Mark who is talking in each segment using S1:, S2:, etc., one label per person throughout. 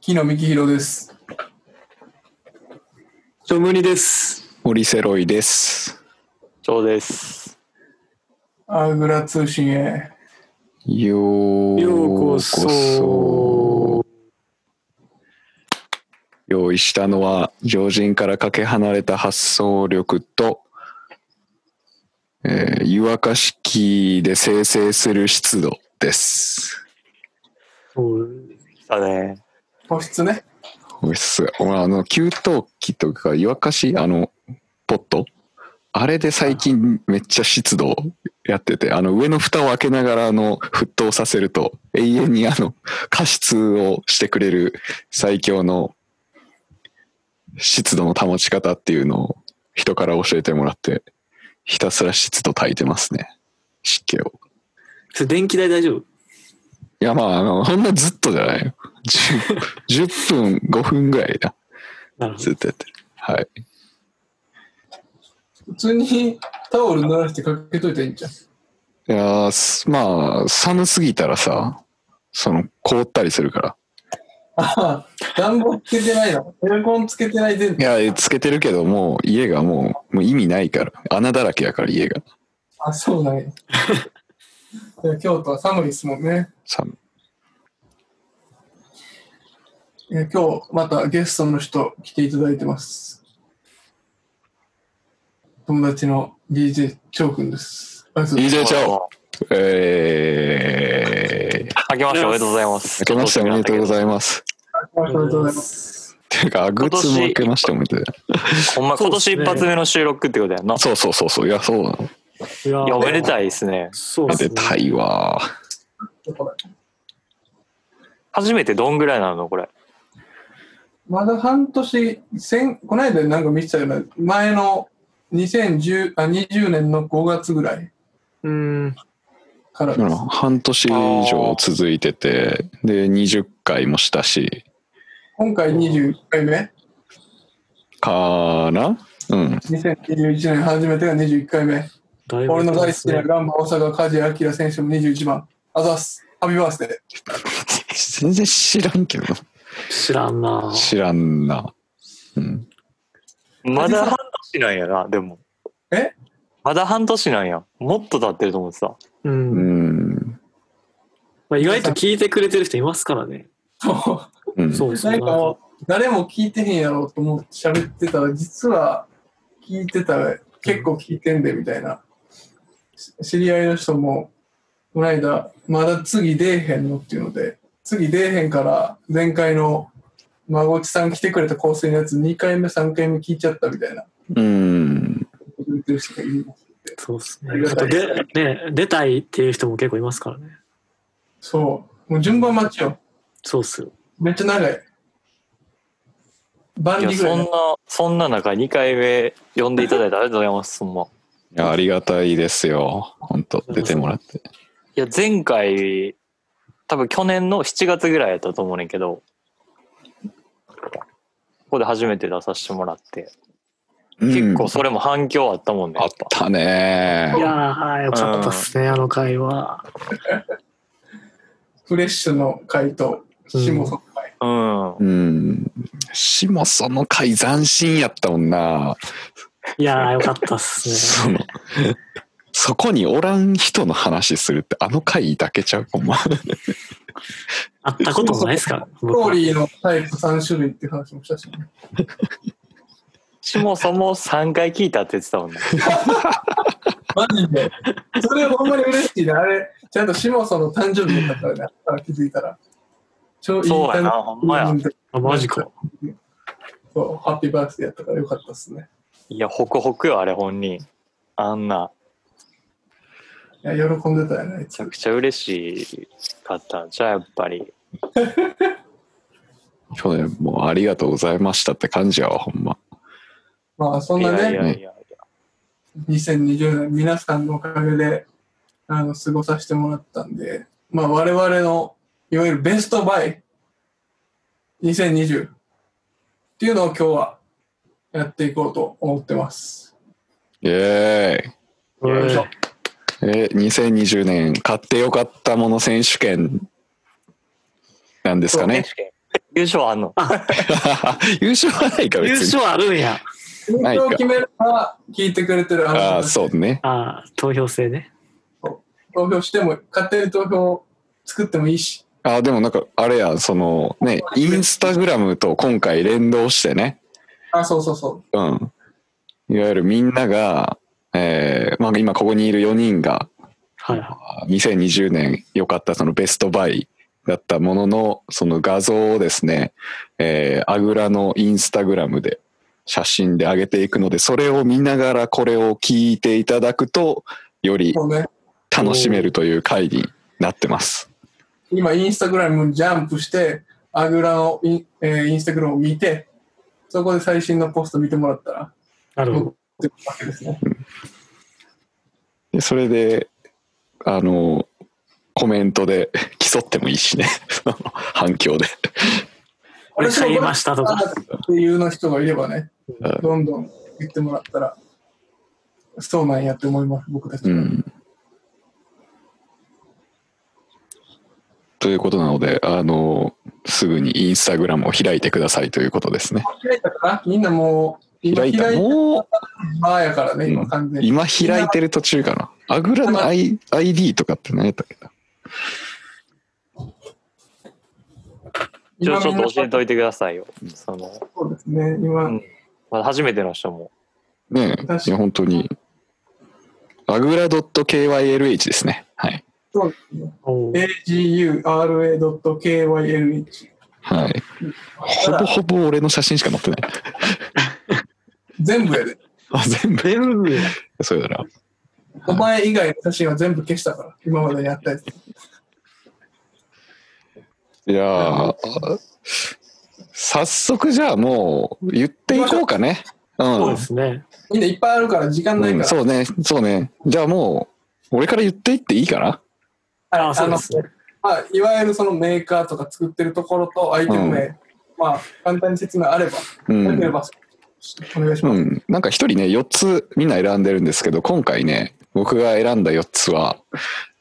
S1: 木野幹弘です。
S2: ジョムニです。
S3: 森セロイです。
S2: ジョーです。
S1: アーグラ通信へ。
S3: よう
S2: ようこそ。
S3: 用意したのは常人からかけ離れた発想力と、えー湯沸かし器で生成する湿度です。
S2: 来たね。
S1: 保湿ね。
S3: おいっす。まああの給湯器とか湯沸かしあのポットあれで最近めっちゃ湿度やっててあの上の蓋を開けながらあの沸騰させると永遠にあの加湿をしてくれる最強の湿度の保ち方っていうのを人から教えてもらってひたすら湿度炊いてますね湿気を
S2: それ電気代大丈夫
S3: いやまああのそんなずっとじゃないよ 10, 10分5分ぐらいだ
S2: なるほ
S3: ずっとやってるはい
S1: 普通にタオル濡らしてかけといたらいいんじゃん。
S3: いやーすまあ、寒すぎたらさ、その、凍ったりするから。
S1: ああ、暖房つけてないの。エアコンつけてないで
S3: いや、えつけてるけど、もう家がもう、もう意味ないから。穴だらけやから、家が。
S1: あ、そうなんや。いや京都は寒いですもんね。
S3: 寒
S1: い
S3: い
S1: や今日またゲストの人来ていただいてます。友達の DJ チョウくんです。ありがとうございます
S3: DJ チャオえー、
S4: あけましておめでとうございます。
S3: 明けましておめでとうございます。
S1: ありがとうございます。
S3: ていうか、あグッズも明けましておめでとう。
S4: ほんま、今年一発目の収録ってことやんな。
S3: そうそうそうそう、いや、そうなの。
S2: ど。い
S4: いや、おめで
S2: い。
S4: たいですね。
S2: そう
S3: め
S2: です
S3: で
S2: ね。
S3: たいわ
S4: 初めてどんぐらいなのこれ。
S1: まだ半年、先この間なんか見てたような、前の2010あ20年の5月ぐらい
S2: うん。
S1: から
S3: う
S1: で
S3: ん
S1: す。
S3: 半年以上続いてて、で、20回もしたし、
S1: 今回21回目、
S3: かなうん。
S1: 2021年初めてが21回目。
S2: だいぶ
S1: 俺の大好きな
S2: ね
S1: ガンバ大阪、梶谷明選手も21番。あざっす。ハッピーバースデー。
S3: 全然知らんけど。
S2: 知らんな。
S3: 知らんな。うん。
S4: まだ半年なんやな、でも。
S1: え
S4: まだ半年なんや。もっと経ってると思ってた。
S2: う。
S3: うんん。
S2: まあ、意外と聞いてくれてる人いますからね。
S1: そ
S3: うん、
S2: そう
S1: う。
S2: そう。
S1: な
S2: なんん
S1: か
S2: か
S1: もう誰も聞いてへんやろうと思って喋ってたら、実は聞いてたら結構聞いてんで、みたいな。し知り合いの人も、この間、まだ次出えへんのっていうので、次出えへんから、前回の孫ちさん来てくれた構成のやつ2回目、3回目聞いちゃったみたいな。
S3: うん。
S1: 言ってる人がいる
S2: そうです
S1: あり
S2: ね。
S1: が
S2: あ
S1: た
S2: と
S1: い
S2: で、ね、出たいっていう人も結構いますからね。
S1: そう。もう順番待ちよ。
S2: そうっすよ。
S1: めっちゃ長い。万
S4: いや、
S1: 里ぐらい
S4: そんな
S1: の。、
S4: そんな中2回目呼んでいただい てありがとうございます、ほんま。
S3: いや、ありがたいですよ。本当出てもらって。
S4: いや、前回、多分去年の7月ぐらいやったと思うねんけど、ここで初めて出させてもらって、結構
S3: うん
S4: それも反響あったもんね。
S3: あ
S4: や
S3: っ
S4: っぱ
S3: たね
S2: い。やー、はい、よかったっすね、あの会話。
S1: フレッシュの回と、下の回。
S4: うん。
S3: うん。しもその回斬新やったもんな。
S2: いやー、よかったっす
S3: その。そこにおらん人の話するってあの回だけちゃうほんま。
S2: ね。会ったこともないっすから。
S1: ストー
S2: 僕
S1: リーのタイプ3種類っていう話もしたし、ね、
S4: しもそも3回聞いたって言ってたもんね。
S1: マジで。それほんまに嬉しいね。あれ、ちゃんと下さんの誕生日だったからね。あ気づいたら。超いい
S4: そうやな、
S1: 誕
S4: ほんまや
S1: 生。日。
S2: あマジか。
S1: そう、ハッピーバースデーやったからよかったっすね。
S4: いや、ホクホクよ、あれ、本人。あんな、
S1: いや、喜んでたよね、あい
S4: め
S1: つ
S4: ちゃくちゃ嬉しかったんじゃあ、やっぱり。
S3: 去年もうありがとうございましたって感じやわ、ほんま。
S1: まあ、そ
S4: い
S1: んなね。
S4: やいやいや、
S1: 2020年皆さんのおかげであの過ごさせてもらったんで、まあ、我々のいわゆるベストバイ2020っていうのを今日はやっていこうと思ってます。
S3: イエーイ。
S1: よいしょ
S3: え、2020年買ってよかったもの選手権なんですかね。
S4: 選手権優勝あんの
S3: 優勝はないか
S2: 優
S3: 別に
S2: 勝あるんや。
S1: 優
S3: ない
S1: 勝
S3: か
S1: を決めるのは聞いてくれてるあ
S3: あ
S1: な
S3: あ
S1: た
S3: そうね
S2: ああ、投票制ね。
S1: 投票しても勝手に投票作ってもいいし
S3: ああでもなんかあれやそのねインスタグラムと今回連動してね
S1: あそうそうそう
S3: うんいわゆるみんなが、えーまあ、今ここにいる4人が
S2: はいは
S3: 2020年良かったそのベストバイだったもののその画像をですね、えー、アグラのインスタグラムで写真で上げていくのでそれを見ながらこれを聞いていただくとより
S1: もうね
S3: 楽しめるという会になってます。
S1: 今インスタグラムにジャンプしてアグラのイン,、えーインスタグラムを見てそこで最新のポスト見てもらったら
S2: い。なるほど。
S1: ってわけですね
S3: でそれであのコメントで 競ってもいいしね 反響で
S2: これ買いましたとか。
S1: っていうの人がいればね
S3: うん、
S1: どんどん言ってもらったら、そうなんやって思います、僕たち
S3: う
S1: は。
S3: ん。ということなので、あの、すぐにインスタグラムを開いてくださいということですね。
S1: 開いたかなみんなもう、今
S3: 開
S1: 開
S3: い
S1: い
S3: た。
S1: た
S3: も
S1: 前やから
S3: う、
S1: ね、
S3: う
S1: 今
S3: ん
S1: 完全に。
S3: 今開いてる途中かな。アグラの I- ID とかって何やったっけな。
S4: ちょ
S1: 今
S4: ちょっと教え
S1: みんな
S4: といてくださいよその、
S1: そうですね、今、
S4: うんまあ、初めての人も
S3: ねえ
S1: 確かに
S3: いや、本当に。アグラ .kylh ですね。はい。
S1: そうですね。
S2: おう
S1: agura.kyl1。
S3: はい。ほ
S1: た
S3: ぼ
S1: だ
S3: ほぼ俺の写真しか載ってない。
S1: 全部やで。
S3: あ、全部。
S2: 全部や。
S3: そうだな。
S1: お前以外の写真は全部消したから、今までやったやつ。
S3: いやー、早速じゃあもう言っていこうかね。うん
S2: そうですね。
S1: みんないっぱいあるから、時間ない
S3: うん
S1: から。
S3: そうね、そうね。じゃあもう、俺から言っていっていいかな
S2: あ
S1: あ
S2: あ、そうですね。
S1: まあ、いわゆるそのメーカーとか作ってるところとアイテム名、まあ、簡単に説明あれば、
S3: う
S1: なけれ
S3: ん。
S1: ば、お願いし
S3: う
S1: ます。
S3: ん、なんか一人ね、4つみんな選んでるんですけど、今回ね、僕が選んだ4つは、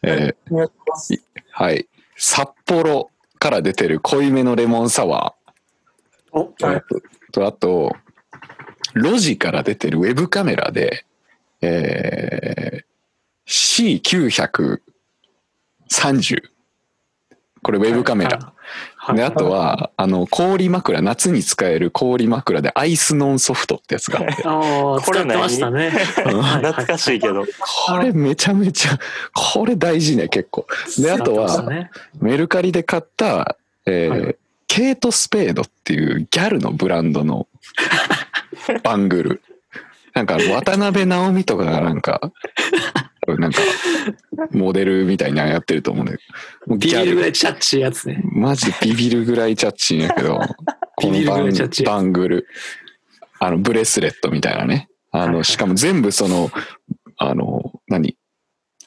S3: えー
S1: お願いします。
S3: はい、札幌から出てる濃いめのレモンサワ
S2: お、
S3: ー、
S1: はい
S3: と、あと、路地から出てるウェブカメラで、えー、C930。これウェブカメラ。
S2: はい。
S3: で
S2: は
S3: あ
S2: い。
S3: とはあの氷枕夏に使える氷枕でアイスノンソフトってやつ があって
S2: ああ、
S4: こ
S2: 使
S4: れ
S2: ってましたね。はい
S4: 懐かしいけど、
S3: これめちゃめちゃこれ大事ね結構であとは
S2: 使ってましたね
S3: メルカリで買った、えー
S2: はい
S3: ケイト・スペードっていうギャルのブランド のバングルなんか渡辺直美とかがなんかなんかモデルみたいなのやってると思うんだけどもう
S2: ビ
S3: ギャ
S2: ビ
S3: ル
S2: るぐらいチャッチーやつね。
S3: マジでビビるぐらいチャッチーやけど、 こ
S2: ビビる
S3: の
S2: ぐ
S3: バ
S2: ら
S3: ン
S2: いチャッチー
S3: バングル、あの、ブレスレットみたいなね。あ
S2: はいは
S3: の、
S2: い
S3: しかも全部その、あの、何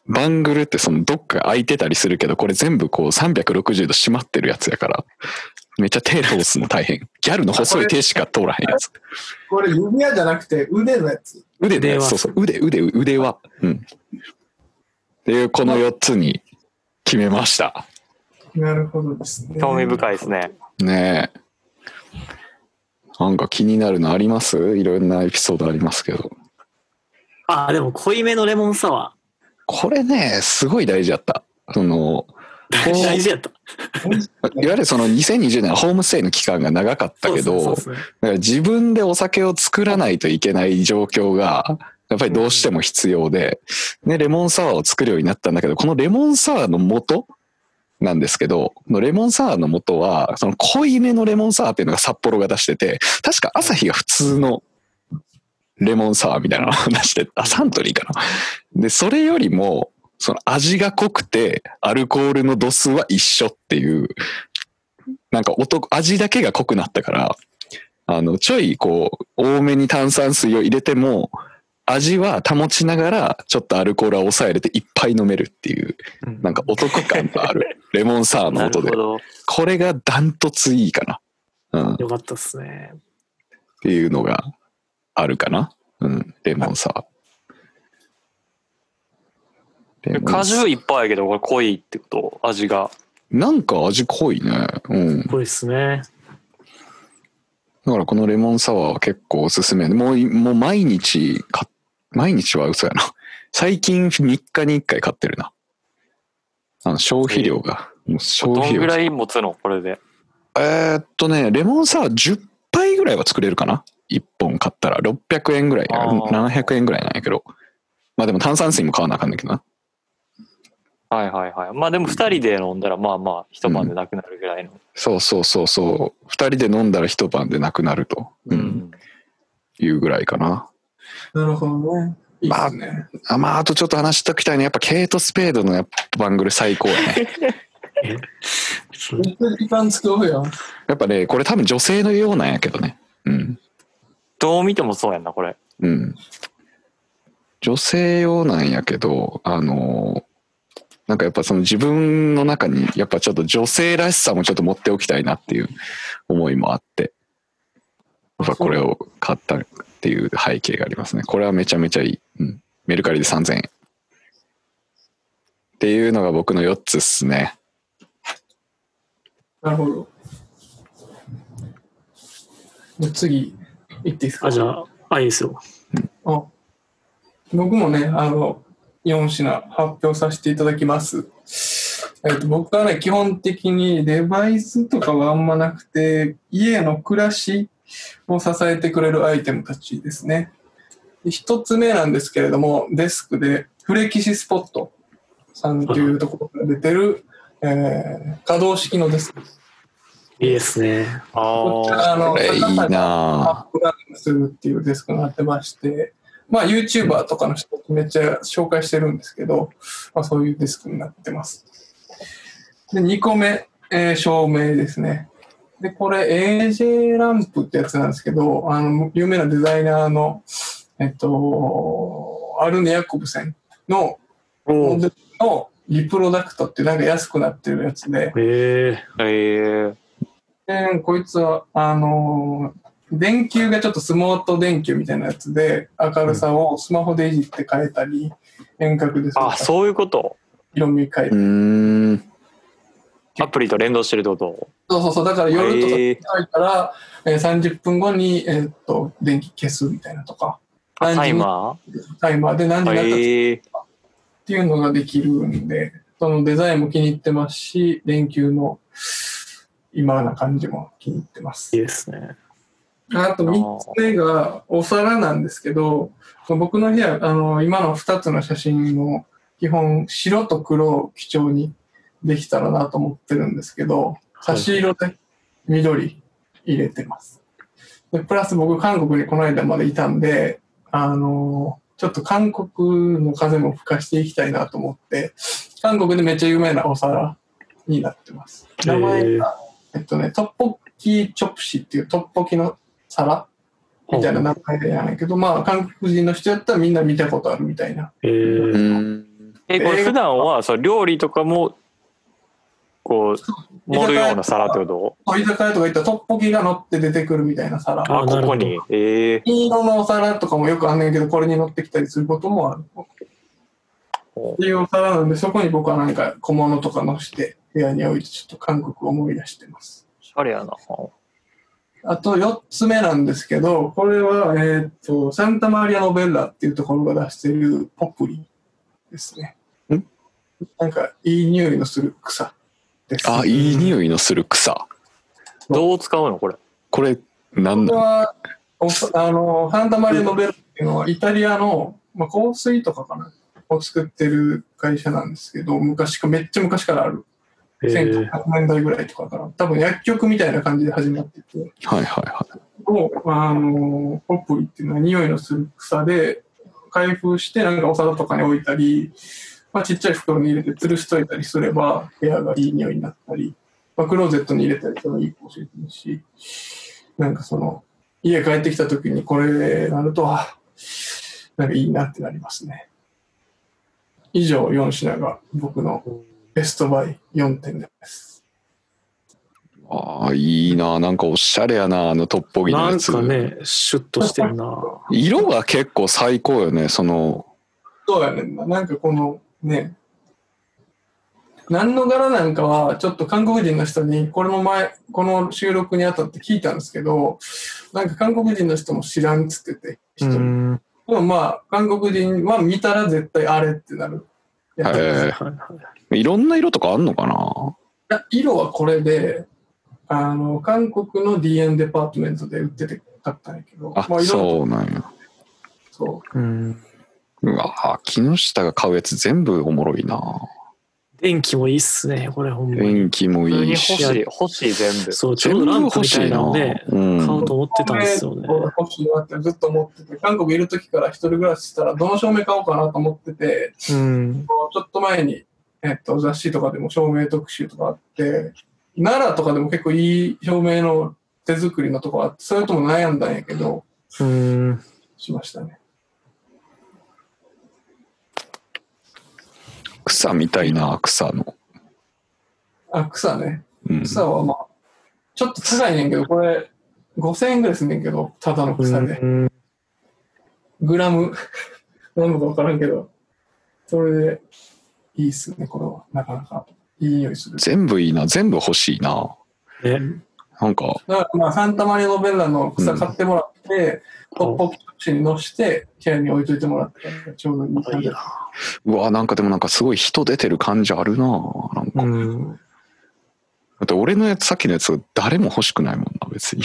S3: バングルってそのどっか空いてたりするけど、これ全部こう360度閉まってるやつやから、めっちゃ手通すの大変。ギャルの細い手しか通らへんやつ。
S1: これ、指輪じゃなくて、腕のやつ。
S3: 腕で、
S2: 腕は
S3: そうそう、腕、腕、腕は。うん。っていう、この4つに決めました。
S1: なるほどですね。
S4: 興味深いですね
S3: ねえ。なんか気になるのありますいろんなエピソードありますけど。
S2: ああ、でも濃いめのレモンサワ
S3: これね、すごい大事だった。その、
S2: ー。大事やっ
S3: い
S2: た。
S3: わゆるその2020年はホームステイの期間が長かったけ
S2: そ
S3: ど
S2: うで、すねそうですね
S3: だから自分でお酒を作らないといけない状況が、やっぱりどうしても必要で、ね、レモンサワーを作るようになったんだけど、このレモンサワーの元なんですけど、このレモンサワーの元は、その濃いめのレモンサワーっていうのが札幌が出してて、確か朝日が普通のレモンサワーみたいなのを出して、あ、サントリーかな。で、それよりも、その味が濃くて、アルコールの度数は一緒っていう、なんか音、味だけが濃くなったから、あの、ちょいこう、多めに炭酸水を入れても、味は保ちながら、ちょっとアルコールは抑えれていっぱい飲めるっていう、
S2: うん
S3: なんかお得感があ る。レモンサワーの
S4: な
S3: 音
S4: る
S3: で
S4: ほ。ど
S3: これがダントツいいかな。うん。っ
S2: よかったですね。
S3: ていうのがあるかな。うん。レモンサワー。レモンサワ
S4: 果
S3: ー
S4: 汁いっぱいやけどこれ濃いってこと味が
S3: なんか味濃いね。うん。
S2: これですね。
S3: だからこのレモンサワーは結構おすすめで、もうい、もう毎日買っ、毎日は嘘やな。 最近3日に1回買ってるな。あの、消費量が。もう消
S4: ど
S3: 費
S4: ん
S3: 量。
S4: ぐらい持つのこれで。
S3: えーっとね、レモンサワー10杯ぐらいは作れるかな ?1 本買ったら。600円ぐらいや。
S4: あー
S3: 700円ぐらいなんやけど。まあでも炭酸水も買わなあかんねんけどな。
S4: はいはいはい。まあでも二人で飲んだらまあまあ一晩でなくなるぐらいの。
S3: そうそうそうそう。2人で飲んだら一晩でなくなると。うん。いうぐらいかな。
S1: なるほどね。いいですね。
S3: あまあ、あとちょっと話しときたいね。やっぱケイト・スペードのやっぱバングル最高やね。
S1: めっちゃ時間使うやん。
S3: やっぱね、これ多分女性のようなんやけどね。うん。
S4: どう見てもそうやんな、これ。
S3: うん。女性用なんやけど、あのーなんかやっぱその自分の中に、やっぱちょっと女性らしさもちょっと持っておきたいなっていう思いもあって、やっぱこれを買ったっていう背景がありますね。これはめちゃめちゃいい。うん。メルカリで3000円。っていうのが僕の4つっすね。
S1: なるほど。もう次、行っていいですか
S2: あ、じゃあ、あ、いいですよ。
S1: あ僕もね、あの、4品発表させていただきます。えっと、僕はね、基本的にデバイスとかはあんまなくて、家の暮らしを支えてくれるアイテムたちですね。で一つ目なんですけれども、デスクでフレキシスポットさんというところから出てる、えー可動式のデスク。
S2: いいですね。
S1: こ
S4: あ
S1: ちらあの
S3: これいい
S1: 高さが
S3: な
S1: アップランするっていうデスクになってまして、まあ、YouTuber とかの人めっちゃ紹介してるんですけど、まあ、そういうデスクになってます。で、2個目、えー照明ですね。で、これ AJ ランプってやつなんですけど、あの、有名なデザイナーの、えっと、アルネ・ヤコブセンの、モ
S2: お
S1: デルのリプロダクトっていうなんか安くなってるやつで、
S2: ええ
S4: あ。へえ。
S1: でこいつはあのー電球がちょっとスマート電球みたいなやつで明るさをスマホでいじって変えたり、遠隔ですと
S4: あ、
S1: か
S4: そういうこと。
S1: 色味変え
S3: う
S1: る、
S3: ーん。
S4: アプリと連動してるってこと。
S1: そうそうそうだから夜とか
S4: へえ。
S1: 暗いから、えー30分後に、えーっと電気消すみたいなとか
S4: あ
S1: 何
S4: タ
S1: 時
S4: イ
S1: に
S4: マ
S1: タイマーで何時になったっ
S4: ー。へえ。
S1: ていうのができるんでそのデザインも気に入ってますし電球の今な感じも気に入ってます
S2: いいですね。
S1: あと3つ目がお皿なんですけど、僕の部屋、あの、今の2つの写真の基本白と黒を基調にできたらなと思ってるんですけど、差し色で緑入れてます。で、プラス僕韓国にこの間までいたんで、あの、ちょっと韓国の風も吹かしていきたいなと思って、韓国でめっちゃ有名なお皿になってます。名前が、えっとね、トッポッキチョプシっていうトッポキの皿みたいな名前なんやけど、まあ、韓国人の人やったらみんな見たことあるみたいな。
S2: ええ
S3: うーん。
S4: え、これ普段は、そう、料理とかも。こう。盛るような皿ってこと。
S1: 居酒屋とか行ったらトッポキが乗って出てくるみたいな皿。
S2: あ
S4: あ、ここ
S2: な
S4: に
S2: る。
S4: ええ。
S1: 金色のお皿とかもよくあんねんけど、これに乗ってきたりすることもある。っていうお皿なんで、そこに僕はなんか小物とか乗して、部屋に置いて、ちょっと韓国を思い出してます。
S4: シャレやな。
S1: あと4つ目なんですけど、これは、えーっと、サンタマリア・ノベッラっていうところが出しているポプリですね
S3: ん。
S1: なんか、いい匂いのする草です。
S3: あ、いい匂いのする草。
S4: どう使うの、これ。
S3: これ、なん
S1: これ
S3: だ
S1: はおあの、サンタマリア・ノベッラっていうのは、イタリアの、まあ、香水とかかな、を作ってる会社なんですけど、昔か、めっちゃ昔からある。
S2: ええ
S1: 1900年代ぐらいとかから、多分薬局みたいな感じで始まってて。
S3: はいはいは
S1: を、あの、ポップリっていうのは匂いのする草で、開封してなんかお皿とかに置いたり、まあ、ちっちゃい袋に入れて吊るしといたりすれば、部屋がいい匂いになったり、まあ、クローゼットに入れたりしてもいいかもしれないし、なんかその、家帰ってきた時にこれなると、あなんかいいなってなりますね。以上4品が僕のベストバイ4点です。
S3: い。ああ、いいな。なんかおしゃれやな、あのトッポギの
S2: な
S3: や
S2: ん
S3: つ。
S2: かね、シュッとしてるな。
S3: 色が結構最高よね。その、
S1: そうやねんな。なんかこのね、何の柄なんかは、ちょっと韓国人の人に、これも前、この収録にあたって聞いたんですけど、なんか韓国人の人も知らんっつってて、
S4: う
S1: 人
S4: ん。
S1: でもまあ、韓国人は見たら絶対あれってなる。やつです
S3: へえいろんな色とかあんのかない
S1: や色はこれで、あの、韓国の DN デパートメントで売ってて買ったんやけど、
S3: あ、
S1: まあ、色々
S3: そうなんや。
S1: そう
S4: うん。
S3: うわ木下が買うやつ全部おもろいな
S2: 電気もいいっすね、これほんまに。
S3: 電気も
S4: 普通
S3: い
S4: に
S3: い
S4: 欲し
S3: し。
S4: い、欲しい全部。
S2: そう、ちょ
S3: 全
S2: うど
S3: 部
S2: ランプ
S3: 欲
S2: みた
S3: しい
S2: いな
S3: な。
S2: ので、
S3: う
S2: 買
S3: ん
S2: おう。と思ってたんですよね。
S1: 欲しいなってずっと思ってて、韓国いる時から一人暮らししたら、どの照明買おうかなと思ってて、
S4: うん。
S1: ちょっと前に、えっと、雑誌とかでも照明特集とかあって、奈良とかでも結構いい照明の手作りのとこあって、それとも悩んだんやけど、
S4: うん。
S1: しましたね。
S3: 草みたいな草の。
S1: あ、草ね。
S3: うん、
S1: 草はまあ、ちょっと高いねんけど、これ、5000円ぐらいすんねんけど、ただの草で。
S4: うん
S1: グラム、 何のか分からんけど、それで、いいっすね、これは。なかなか、いい匂いする。
S3: 全部いいな。全部欲しいな。
S2: ね
S3: なんか、
S1: だからまあ、サンタマリノベッラの草買ってもらって、ポップアップチに乗して、部屋に置いといてもらったらちょうどいい感
S2: いい
S1: じ。
S2: な。
S3: うわ、なんかでもなんかすごい人出てる感じあるな。なんか。
S4: うん。
S3: だって俺のやつ、さっきのやつ誰も欲しくないもんな、別に。
S2: い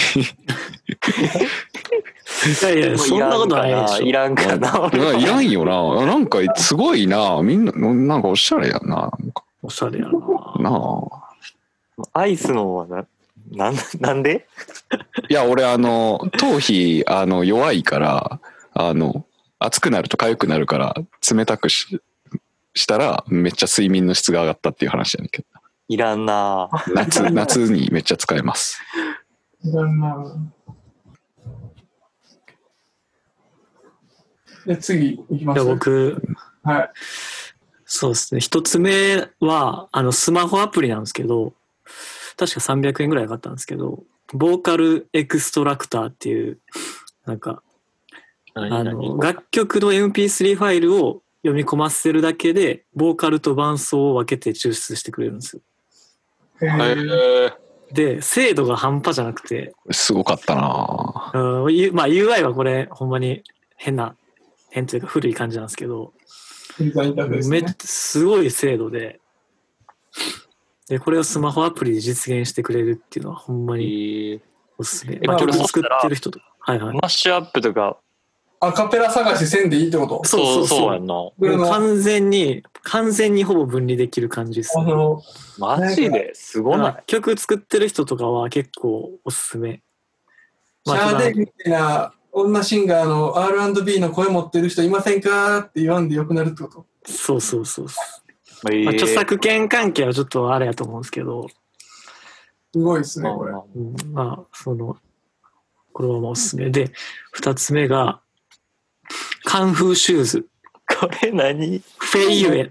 S2: やいや、そんなことないでしょ。
S4: いらんかな。
S3: い やいらんよな。なんかすごいな。みんな、なんかおしゃれやな。なんか
S2: おしゃれやな。
S3: なあ。
S4: アイスのはな、なん、なんで
S3: いや、俺あの、頭皮、あの、弱いから、あの、熱くなると痒くなるから、冷たくししたら、めっちゃ睡眠の質が上がったっていう話やねんけ
S4: いらんな
S3: ど。 夏、夏にめっちゃ使えます。
S1: いろんなで、次行きま
S2: じゃ
S1: す。
S2: あ僕、
S1: はい。
S2: そうですね。一つ目は、あの、スマホアプリなんですけど、確か300円ぐらいかかったんですけど、ボーカルエクストラクターっていう、なんか、あの、楽曲の MP3 ファイルを読み込ませるだけで、ボーカルと伴奏を分けて抽出してくれるんですよ。
S1: えー
S2: で、精度が半端じゃなくて、
S3: すごかったな。
S2: うん、ゆまあ UI はこれ、ほんまに変な、変というか古い感じなんですけど、
S1: ユーザーインターフェース
S2: め
S1: ね
S2: っすごい精度で、で、これをスマホアプリで実現してくれるっていうのはほんまにおすすめ。
S4: え
S2: まあ、
S1: これ
S2: 曲作ってる人とか。はいはい。
S4: マッシュアップとか、
S1: アカペラ探しせんでいいってこと
S2: そうそうそう
S4: やんな。
S1: これ
S2: もう
S1: のあ
S2: 完全に、完全にほぼ分離できる感じですね。
S1: の、
S4: マジですご
S2: だ
S4: な
S2: か
S4: い
S2: ら。曲作ってる人とかは結構おすすめ。
S1: シャーデンみたいな女シンガーの R&B の声持ってる人いませんかって言わんでよくなるってこと
S2: そうそうそう。
S4: えー
S2: まあ、著作権関係はちょっとあれやと思うんですけど、
S1: すごいですね、
S4: まあ
S1: これ。
S4: ま
S2: うんまあ、その、これはまあおすすめで、二つ目が、カンフーシューズ、
S4: あこれ何
S2: フェイユエ。い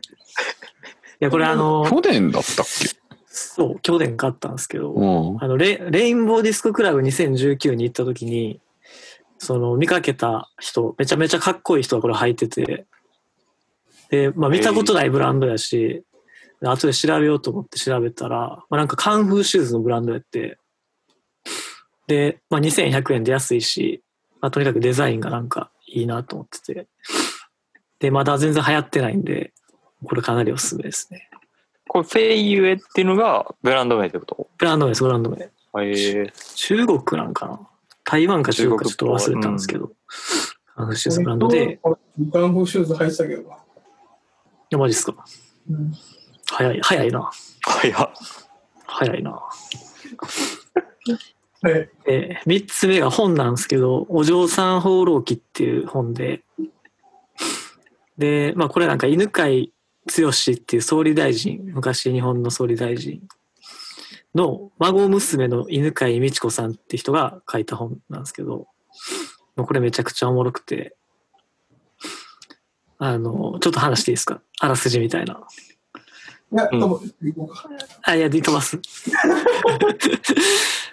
S2: や、これあの、
S3: 去年だったっけ
S2: そう、去年買ったんですけど、
S3: うん。
S2: あのレ、レインボーディスククラブ2019に行った時に、その見かけた人、めちゃめちゃかっこいい人がこれ履いてて、で、まあ見たことないブランドやし、後で調べようと思って調べたら、まあなんかカンフーシューズのブランドやって、で、まあ2100円で安いし、まあとにかくデザインがなんかいいなと思ってて、で、まだ全然流行ってないんで、これかなりおすすめですね。
S4: これフェイユエっていうのがブランド名ってこ
S2: ブランド名です、ブランド名。
S4: とえー、
S2: 中国なんかな台湾か中国かちょっと忘れたんですけど、あのシューズブランドで、
S1: 俺俺カンフーシューズ履いてたけどな。
S2: いやマジっすか
S1: うん
S2: 早い、早いな。
S4: 早っ。
S2: 早いな。
S1: はい。
S2: えー、3つ目が本なんですけど、お嬢さん放浪記っていう本で、で、まあこれなんか犬飼剛っていう総理大臣、昔日本の総理大臣の孫娘の犬飼美智子さんって人が書いた本なんですけど、まあこれめちゃくちゃおもろくて、あの、ちょっと話していいですかあらすじみたいな。
S1: いや、
S4: うん
S1: どうも行こうか
S2: あ、いや、で飛ばす。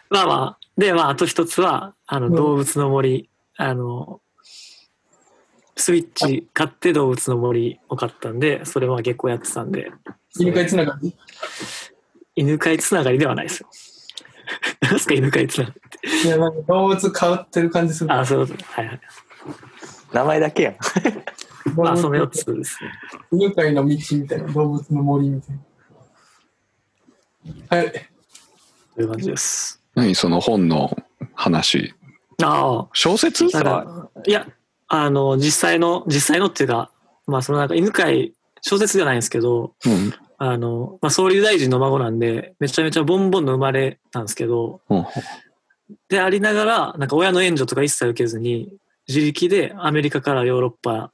S2: まあまあ。で、まあ、あと一つは、あの、
S1: うん
S2: 動物の森、あの、スイッチ買って動物の森を買ったんで、それは結構やってたんで、
S1: 犬飼いつながり
S2: 犬飼いつながりではないですよ。何すか犬飼いつながりって。
S1: いや、なんか動物飼ってる感じする。
S2: あ、そういうこと。はいはい。
S4: 名前だけやん。
S1: 動
S2: まあ、
S1: 物
S2: その4つですね。
S1: 犬飼いの道みたいな、動物の森みたいな。はい。
S2: という感じです。
S3: 何その本の話
S2: あ
S3: 小説
S2: あ、なんか、いや、あの、実際の、実際のっていうか、まあ、そのなんか犬飼い、小説じゃないんですけど、
S3: うん
S2: あの、まあ、総理大臣の孫なんで、めちゃめちゃボンボンの生まれなんですけど、
S3: うん
S2: でありながら、なんか親の援助とか一切受けずに、自力でアメリカからヨーロッパ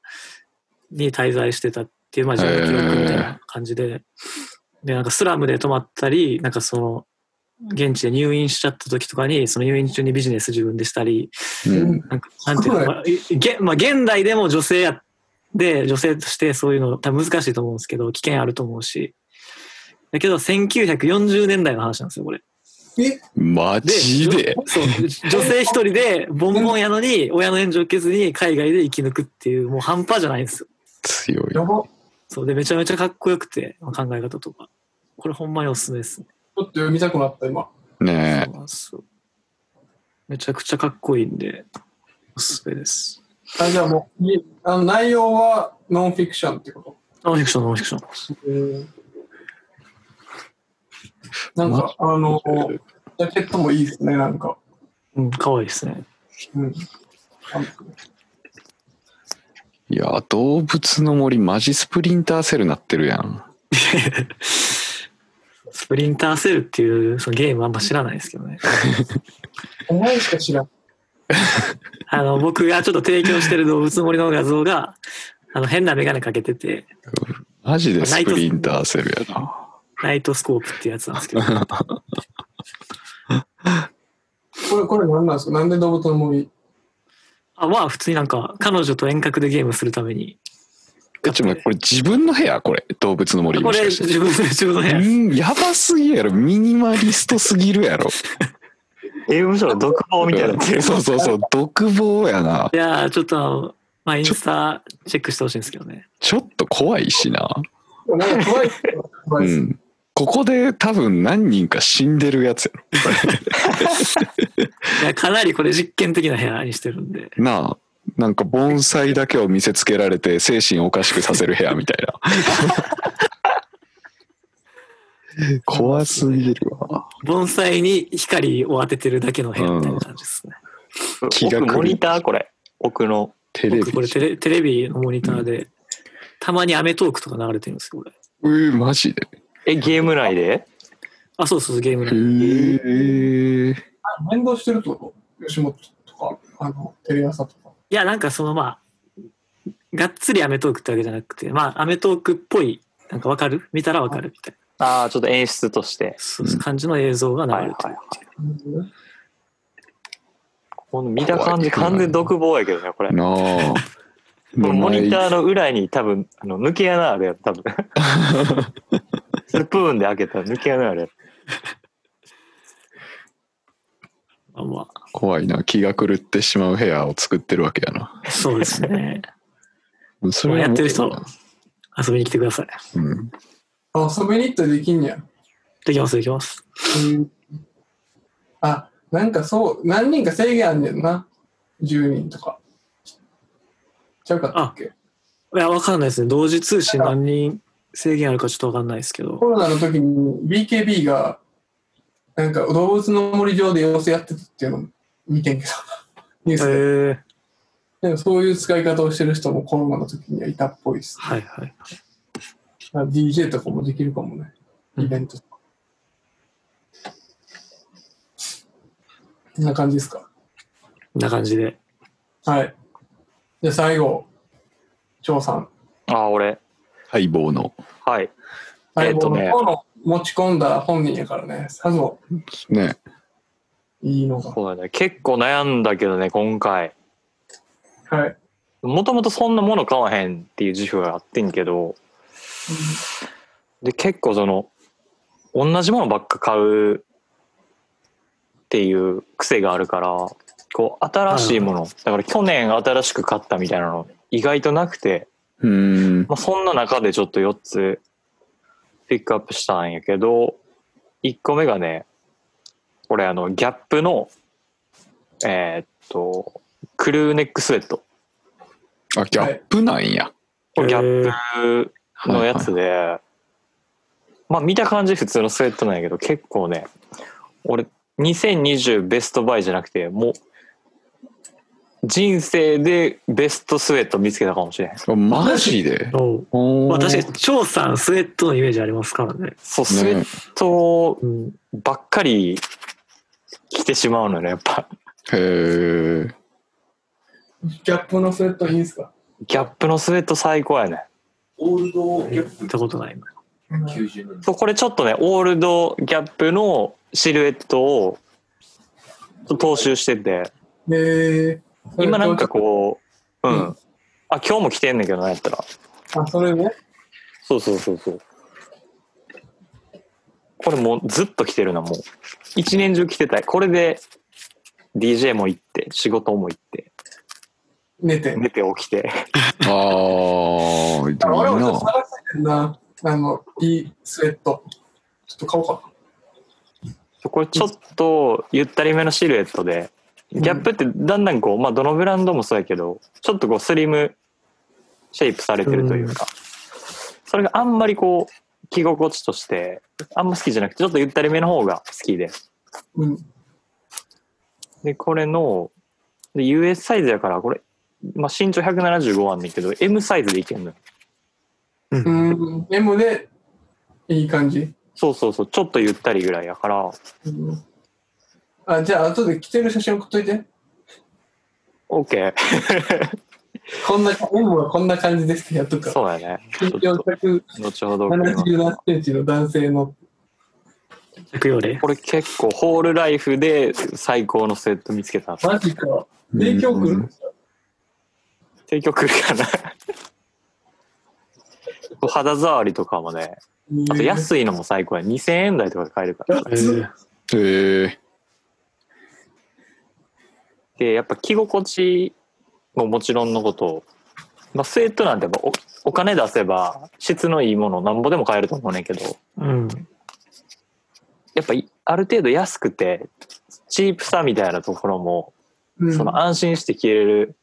S2: に滞在してたっていう、まあ、自分の記録みたいな感じで、で、なんかスラムで泊まったり、なんかその、現地で入院しちゃった時とかに、その入院中にビジネス自分でしたり、
S3: うん
S2: なんか、なんていうの、まあ、いげまあ、現代でも女性や、で、女性としてそういうの、多分難しいと思うんですけど、危険あると思うし。だけど、1940年代の話なんですよ、これ。
S1: え、
S3: マジで
S2: そう、女性一人で、ボンボンやのに、親の援助を受けずに、海外で生き抜くっていう、もう半端じゃないんですよ。
S3: 強い
S1: やば。
S2: そう、で、めちゃめちゃかっこよくて、まあ考え方とか。これほんまにおすすめですね。
S1: ちょっと読みたくなった、今。
S3: ね
S2: そうなんですよめちゃくちゃかっこいいんで、おすすめです。
S1: あじゃあもう、いあの内容はノンフィクションってこ
S2: ノンフィクション、ノンフィクション。
S1: となんか、あの、ジャケットもいいですね、なんか。
S2: うん、可愛いですね。
S1: うん。
S3: えいや動物の森マジスプリンターセルなってるやん
S2: スプリンターセルっていうそのゲームあんま知らないですけどね。
S1: お前しか知らん。
S2: あの、僕がちょっと提供してる動物の森の画像が、あの、変なメガネかけてて、
S3: マジでスプリンターセルやな
S2: ナイトスコープっていうやつなんですけど、
S1: これ、これ何なんですかなんで動物の森
S2: あまあ普通になんか彼女と遠隔でゲームするために。
S3: えちょっと待ってこれ自分の部屋これ動物の森
S2: こ
S3: もし
S2: れ
S3: かして
S2: 自分の、自分の部屋です。
S3: うんやばすぎやろミニマリストすぎるやろ
S4: 刑務所の独房みたいになってる。
S3: そうそうそう独房やない
S2: やーちょっとあの、まあインスタチェックしてほしいんですけどね。
S3: ちょっと怖いしな
S1: なんか怖いっすよ。怖
S3: う
S1: いっす。
S3: んここで多分何人か死んでるやつや
S2: いや、かなりこれ実験的な部屋にしてるんで。
S3: ろなあなんか盆栽だけを見せつけられて精神おかしくさせる部屋みたいな 怖すぎるわ
S2: 盆栽に光を当ててるだけの部屋みたいな感じですね。
S3: 気が狂う
S4: 奥モニターこれ。奥の。
S3: テレビ
S2: 僕これテレテレビのモニターで、たまにアメトークとか流れてるんですよ、これ。
S3: えー、マジで
S4: え、ゲーム内で
S2: あ、そうそう、ゲーム
S3: え
S2: の。
S3: ー、
S1: 連動してるってこと吉本とか、あの、テレ朝とか。
S2: いや、なんかそのまあ、がっつりアメトークってわけじゃなくて、まあ、アメトークっぽい、なんかわかる見たらわかるみたいな、
S4: ああ、ちょっと演出として。
S2: そうそう感じの映像が流
S4: はいはい
S2: れて
S4: はい
S2: る。。
S4: この見た感じ完全独房やけどね、これ。
S3: なあ
S4: このモニター
S3: の
S4: の裏に多分、あの、抜け穴あるやつ、多 分。それプーンで開けたら抜け穴あるやつ。
S2: まあまあ、
S3: 怖いな気が狂ってしまう部屋を作ってるわけやな
S2: そうですね。
S3: それは
S2: やってる人遊びに来てください。
S3: うん
S1: 遊びに行ったらできんねや。
S2: できます、できます。
S1: あ、なんかそう、何人か制限あんねんな。10人とか。ちゃうかったっけ
S2: いや、わかんないですね。同時通信何人制限あるかちょっとわかんないですけど
S1: コ。ロナの時に BKB が、なんか動物の森上で様子やってたっていうのを見てんけど、ニュー
S2: え
S1: スで。
S2: ー、
S1: でもそういう使い方をしてる人もコロナの時にはいたっぽいです。
S2: はいはい。
S1: まあ DJ とかもできるかもね。イベントとか。こんな感じですか。
S2: こんな感じで。
S1: はい。じゃあ最後、張さん。
S4: ああ、俺。
S3: 待望の
S4: はい。
S1: はい、
S4: えーとね
S1: もうもう持ち込んだ本人やからね、さぞ
S3: ね
S1: いいのが。
S4: そうだね。結構悩んだけどね、今回。
S1: はい。
S4: もともとそんなもの買わへんっていう自負があってんけど、で、結構その、同じものばっか買うっていう癖があるから、こう、新しいもの、だから去年新しく買ったみたいなの、意外となくて、
S3: うーん
S4: まあ、そんな中でちょっと4つピックアップしたんやけど1個目がねこれあのギャップのえーっとクルーネックスウェット
S3: あギャップなんや、
S4: これギャ
S2: えー
S4: ップのやつで、まあ見た感じ普通のスウェットなんやけど結構ね俺2020ベストバイじゃなくてもう人生でベストスウェット見つけたかもしれへん
S3: マジで
S2: おうまあ確かに張さんスウェットのイメージありますからね、
S4: そうスウェット
S2: うん、
S4: ばっかり着てしまうのねやっぱ
S3: へえ
S1: ギャップのスウェットいいんすか
S4: ギャップのスウェット最高やね
S5: オールドギャップ
S2: 見たことないな
S5: 90年
S4: そうこれちょっとねオールドギャップのシルエットを踏襲してて
S1: えー、
S4: 今なんかこううん、
S1: う
S4: あ今日も着てんねんけどなやったら
S1: あ、それね。
S4: そうそうそうそうこれもうずっと着てるなもう一年中着てたいこれで DJ も行って仕事も行って
S1: 寝て。
S4: 寝て起きて
S3: ああいい
S1: あ俺もちょっと
S3: な
S1: 探してんな。あの、いいスウェット。ちょっと買おうか
S4: これちょっとゆったりめのシルエットでギャップってだんだんこう、まあ、どのブランドもそうやけどちょっとこうスリムシェイプされてるというか、それがあんまりこう着心地としてあんま好きじゃなくてちょっとゆったりめの方が好きで
S1: な。うん。
S4: でこれので US サイズやからこれ、まあ、身長175あんねんけど M サイズでいけんのよ
S1: うん。M で、いい感じ。
S4: そうそうそうちょっとゆったりぐらいやから
S1: うん、あ、じゃあ、後で着てる写真送っといて。
S4: OK
S1: こんな、M はこんな感じですってやっとくから。
S4: そうやねちょ
S1: 身
S4: っ
S1: 長
S4: と後ほど送りま
S1: 177
S4: す
S1: センチの男性の。
S2: 着用例
S4: これ結構ホールライフで最高のスウェット見つけた
S1: マジか。影響くる
S4: 提供来るかな 肌触りとかもねあと安いのも最高や2000円台とかで買えるから
S2: えー
S3: へえ
S4: でやっぱ着心地ももちろんのこと、まあ、スウェットなんてやっぱおお金出せば質のいいものなんぼでも買えると思うねんけど
S2: うん
S4: やっぱいある程度安くてチープさみたいなところも
S1: うん
S4: その安心して着れる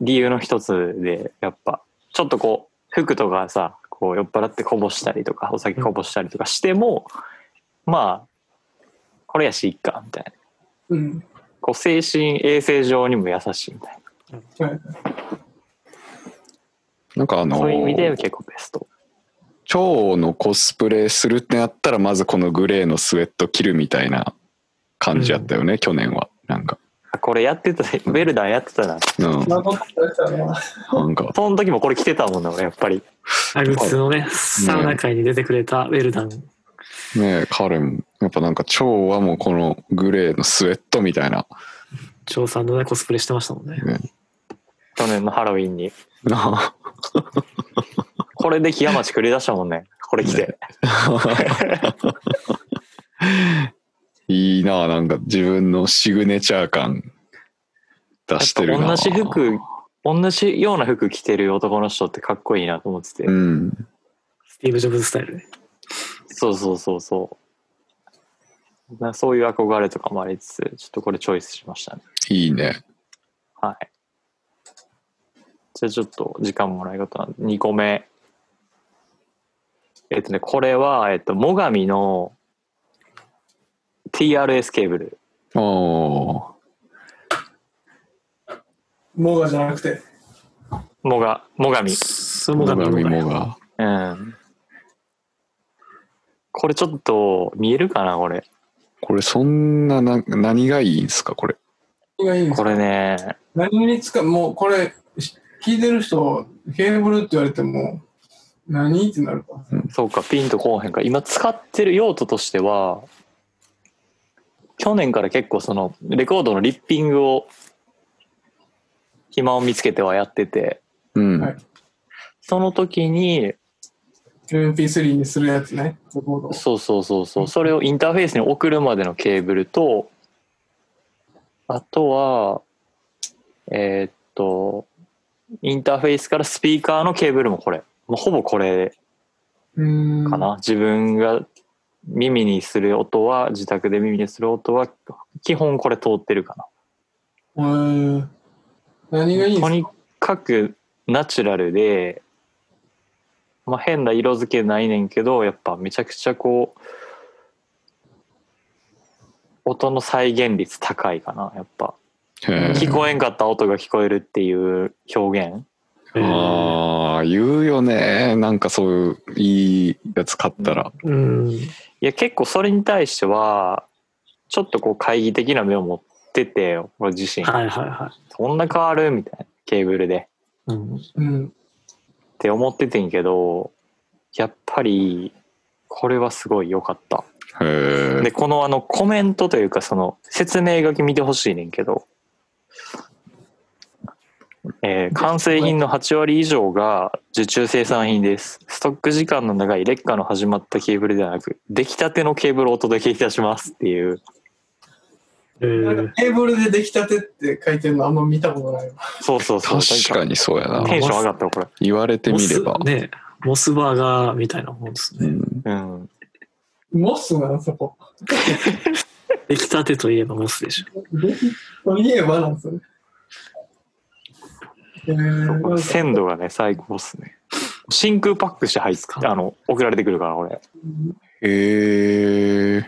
S4: 理由の一つでやっぱちょっとこう服とかさこう酔っ払ってこぼしたりとかお酒こぼしたりとかしても、まあこれやしいっかみたいな
S1: うん。
S4: こう精神衛生上にも優しいみたい
S1: はい
S3: なんかあ
S4: な
S3: の
S4: そういう意味で結構ベスト
S3: 蝶のコスプレするってなったらまずこのグレーのスウェット着るみたいな感じやったよね、去年はなんか
S4: あこれやってたウェルダンやってたな
S3: うん
S1: まあ、僕たちはな
S3: なんか
S4: その時もこれ着てたもんな俺やっぱり
S2: あグッズのねサウナ界に出てくれたウェルダン
S3: ねえ彼もやっぱなんか蝶はもうこのグレーのスウェットみたいな
S2: 張さんのねコスプレしてましたもんね
S4: 去年のハロウィンに
S3: な
S4: これで木屋町繰り出したもんねこれ着て、
S3: あ いいなあなんか自分のシグネチャー感出してるな
S4: やっぱ同じ服同じような服着てる男の人ってかっこいいなと思ってて、
S3: うん
S2: スティーブ・ジョブズスタイルね
S4: そうそうそうそうなそういう憧れとかもありつつちょっとこれチョイスしましたね
S3: いいね
S4: はいじゃあちょっと時間もらい方なんで2個目えっとねこれは、えっと、最上の TRS ケーブル
S3: ああ
S1: モガじゃなくて。
S4: もが最上
S2: そうも
S3: 最
S2: がみ
S3: 上
S2: もが
S3: もが
S4: うんこれちょっと見えるかなこれ
S3: これそんなな何がいいんすかこれ
S1: 何がいいんです
S4: こ
S1: か
S4: れね、
S1: 何に使う、もうこれ、し聞いてる人、ケーブルって言われても、何ってなるか。
S4: そうか、ピンとこうへんか。今使ってる用途としては、去年から結構その、レコードのリッピングを、暇を見つけてはやってて、
S3: うん、
S1: はい
S4: その時に、
S1: MP3 にするやつね。レコードを
S4: そうそうそうそう、それをインターフェースに送るまでのケーブルと、あとは、えーっと、インターフェースからスピーカーのケーブルもこれ。もうほぼこれ
S1: うーん。
S4: かな、自分が耳にする音は自宅で耳にする音は基本これ通ってるか
S1: え
S4: な
S1: ー、何がいいん
S4: と
S1: です
S4: にかくナチュラルで、まあ、変な色付けないねんけどやっぱめちゃくちゃこう音の再現率高いかなやっぱ
S3: へ
S4: 聞
S3: ー
S4: こえんかった音が聞こえるっていう表現
S3: ああ言うよねなんかそういういいやつ買ったら、
S2: うん。
S4: いや結構それに対してはちょっとこう懐疑的な目を持ってて俺自身
S2: はいはいは
S4: そんな変わるみたいなケーブルで
S2: い。うん。
S1: かうん。
S4: って思っててんけどやっぱりこれはすごい良かった
S3: へ
S4: でこのあのコメントというかその説明書き見てほしいねんけど、えー完成品の8割以上が受注生産品ですストック時間の長い劣化の始まったケーブルではなく出来たてのケーブルをお届けいたしますっていう
S2: え
S1: なんかテーブルで出来たてって書いてるのあんま見たことないわ。
S4: そうそうそう
S3: 確かにそうやな
S4: テンション上がったわこれ
S3: 言われて
S2: モ
S3: みれ
S2: ス
S3: ば、
S2: ね、モスバーガーみたいなもんです
S3: う
S2: ね。
S3: ん、
S4: うん
S1: モスなのそこ。
S2: 出来たてといえばモスでしょ。
S1: 出来といえばなんですよね。えー、
S4: 鮮度がね最高っすね真空パックして入ってあの送られてくるからこれ
S3: へえ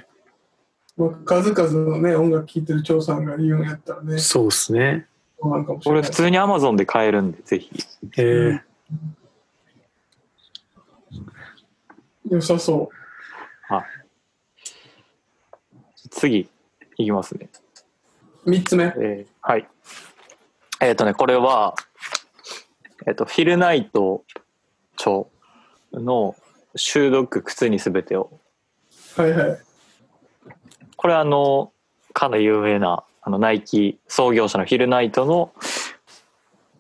S1: 僕数々のね、音楽聴いてる張さんが言うんやったらね、
S2: そうですね。
S1: そうなんかもし
S4: こ
S1: れ
S4: れ
S1: ない
S4: 普。通に Amazon で買えるんでぜひ
S2: えー、
S1: 良さそ
S4: 次いきますね
S1: う。3つ目。
S4: えーはい。えっ、とね、これは、えっ、と、ヒルナイト著の収録靴にすべてを。
S1: はいはい。
S4: これあの、かの有名な、あの、ナイキ創業者のヒルナイトの、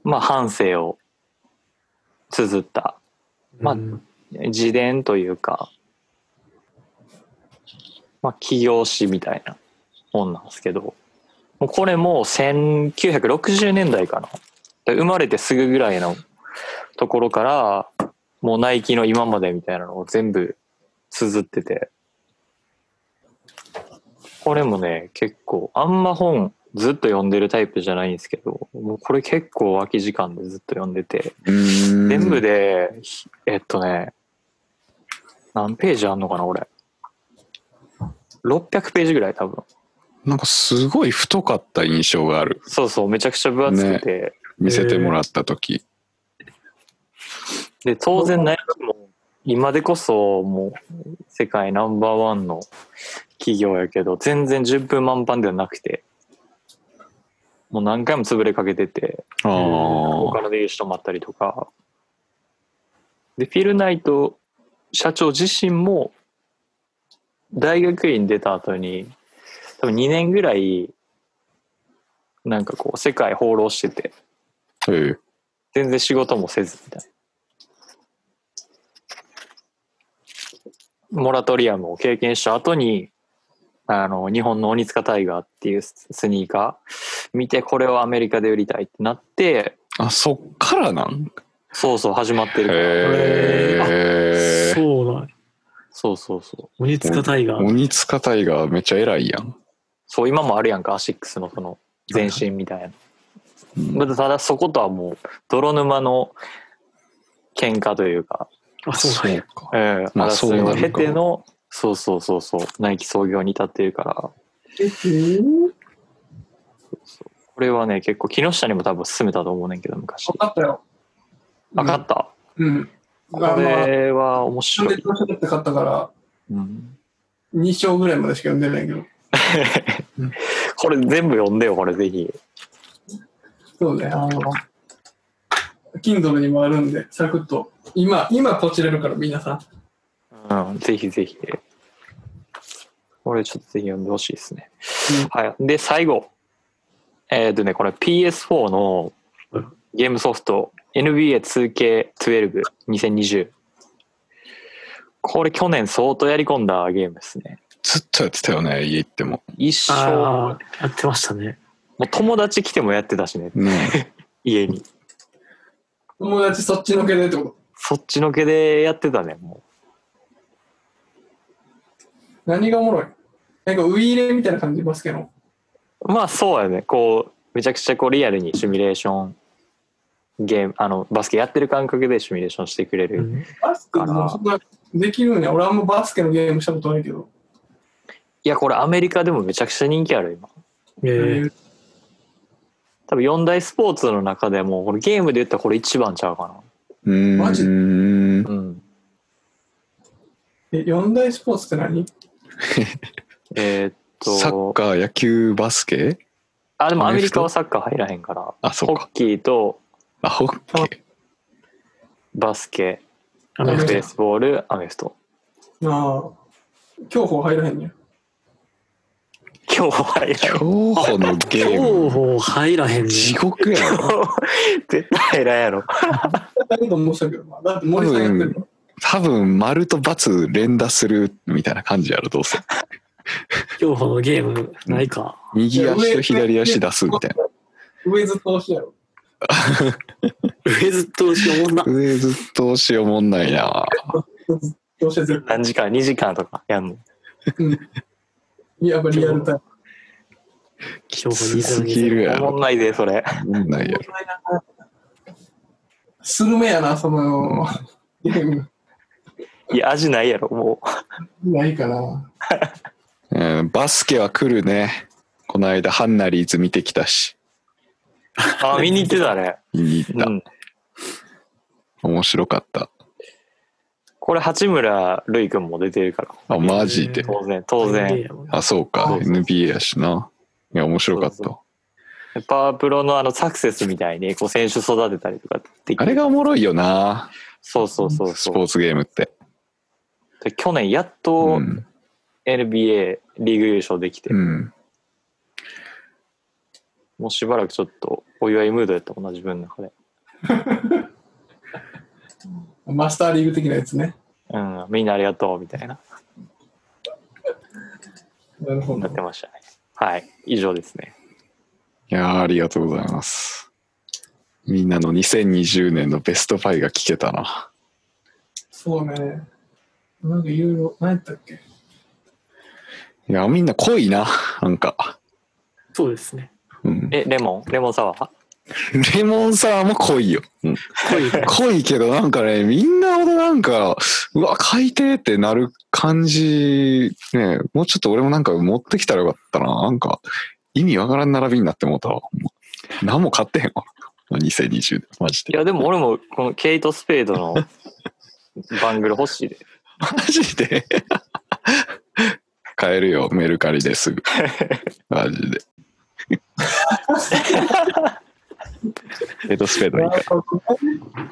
S4: まあ、半生を綴ったまあ
S2: うん
S4: 自伝というか、まあ、起業誌みたいな本なんですけど、もうこれも1960年代かな。で生まれてすぐぐらいのところから、もうナイキの今までみたいなのを全部綴ってて、これもね、結構、あんま本ずっと読んでるタイプじゃないんですけど、もうこれ結構空き時間でずっと読んでて、
S3: 全
S4: 全部で、ひえっとね、何ページあんのかな、俺。600ページぐらい多分。
S3: なんかすごい太かった印象がある
S4: そうそう、めちゃくちゃ分厚くて。
S3: 見せてもらった時、
S4: で、当然ナイキも、今でこそもう、世界ナンバーワンの企業やけど、全然順風満帆ではなくて、もう何回も潰れかけてて、
S3: あ
S4: 他の融資ともあったりとか。で、フィルナイト社長自身も、大学院出た後に、多分2年ぐらい、なんかこう、世界放浪してて、
S3: あへえ
S4: 全然仕事もせずみたいな。モラトリアムを経験した後に、あの、日本の鬼塚タイガーっていうススニーカー見て、これをアメリカで売りたいってなって、
S3: あそっからなん
S4: そうそう始まってるから。
S3: へえ
S2: そうなんや。
S4: そうそうそう。
S2: 鬼塚タイガー。
S3: 鬼塚タイガーめっちゃ偉いやん
S4: そう、今もあるやんか、アシックスのその前身みたいな。
S3: うん
S4: まだただそことはもう、泥沼の喧嘩というか、
S2: あ、そうなんや。
S3: か
S4: ええ
S3: まあ
S4: 争いを経て
S3: そうな
S4: の、そうそうそうそう、ナイキ創業に至ってるから、
S1: えー、
S4: これはね、結構木下にも多分勧めたと思うねんけど、昔
S1: 分。かったよ。
S4: 分かった。
S1: うん。
S4: こ
S1: あまあ、
S4: れは面
S1: なん
S4: 白
S1: で
S4: い。
S1: 調子乗って買ったから、
S4: うん
S1: 2章ぐらいまでしか読んでないけど。
S4: これ全部読んでよ、これぜひ。
S1: そうね、あの、Kindle にもあるんで、サクッと。今、今ポチれるから、皆さん。
S4: うん、ぜひぜひ。これちょっとぜひ読んでほしいですね。
S1: うん
S4: はい。で、最後。えっ、とね、これ PS4 のゲームソフト NBA2K122020。これ去年相当やり込んだゲームですね。
S3: ずっとやってたよね家行っても
S4: 一生、
S2: ああ、やってましたね。
S4: もう友達来てもやってたしね、
S3: ねえ
S4: 家に。
S1: 友達そっちのけでってこと。
S4: そっちのけでやってたね、も
S1: 何がおもろいなんかウイイレみたいな感じバスケの。
S4: う。まあそうやね、こう、めちゃくちゃこうリアルにシミュレーションゲームあのバスケやってる感覚でシミュレーションしてくれ
S2: う
S4: る、
S2: ん
S1: バスケでもそんなできるんや。俺あんまバスケのゲームしたことないけど。
S4: いやこれアメリカでもめちゃくちゃ人気ある今
S2: えー
S1: え
S4: 多分四大スポーツの中でもこれゲームで言ったらこれ一番ちゃうか
S3: うーん
S1: マジ
S4: なうん
S1: 4大スポーツって何
S4: えーっと
S3: サッカー野球バスケ
S4: あでもアメリカはサッカー入らへんから
S3: あそ
S4: ホ
S3: うか
S4: ッキーと
S3: あホッケー
S4: バスケ
S2: あ
S4: ベ
S2: の
S1: アメフト
S4: ースボールアメフト
S1: ああ。競歩入らへんね
S4: 今日入らへ ん
S3: 競歩のゲ
S2: 競
S3: ーム
S2: 歩入らへんね
S3: 地獄やろ
S4: 絶対入らんやろ
S1: や。だけど思ってたけどな。だって森さんやってるの。
S3: 多分丸と×連打するみたいな感じやろどうせ
S2: 競歩のゲームないか。
S3: 右足と左足出すみたいな
S1: 上ずっと押しやろ。
S2: 上ずっと押しおもんな。
S3: 上ずっと押しおもんないな
S1: ずっと押しや
S4: 何時間2時間とかやんの
S1: やっぱリアルタイム。
S2: 競歩
S3: きすぎるや
S4: おも
S3: ろ
S4: んないでそれ
S3: おもんないやろ
S1: スルメやな、その、ゲーム。
S4: いや味ないやろも
S1: ないかな。
S3: うんバスケは来るねこの間ハンナリーズ見てきたし
S4: うあ見に行ってたね
S3: 見に行っ
S4: う
S3: た、
S4: ん
S3: 面白かった
S4: これ八村塁君も出てるから
S3: あマジで
S4: 当然当然。
S3: あそうか
S1: そう
S3: NBA やしないや面白かっ
S4: そう
S3: た
S4: パワープロのあのサクセスみたいにこう選手育てたりとかできる
S3: あれがおもろいよな
S4: そうそうそう
S3: ス
S4: そ
S3: ポ
S4: う
S3: ーツゲームって
S4: で去年やっ
S3: う
S4: と
S3: ん、
S4: NBA リーグ優勝できて、
S3: うん、
S4: もうしばらくちょっとお祝いムードやったもんな自分の中で
S1: マスターリーグ的なやつね。
S4: うんみんなありがとうみたいな
S1: なるほ
S4: な
S1: ど
S4: って。ましたねはい以上ですね
S3: いやーありがとうございますみんなの2020年のベスト5が聞けたな
S1: そうね。なんかいろいろ、何やったっけ
S3: いやみんな濃いななんか、
S2: そうですね。
S3: うん、
S4: えレモンレモンサワー
S3: レモンサワーも濃いよ、うん
S2: こういう
S3: 濃いけどなんかねみんなほどなんかうわ海底ってなる感じねもうちょっと俺もなんか持ってきたらよかったななんか意味わからん並びになってもうたわほんま何も買ってへんわ2020年マジ
S4: い
S3: で
S4: やでも俺もこのケイト・スペード のバングル欲しいで
S3: マジで買えるよメルカリですぐマジでエドスペードいいか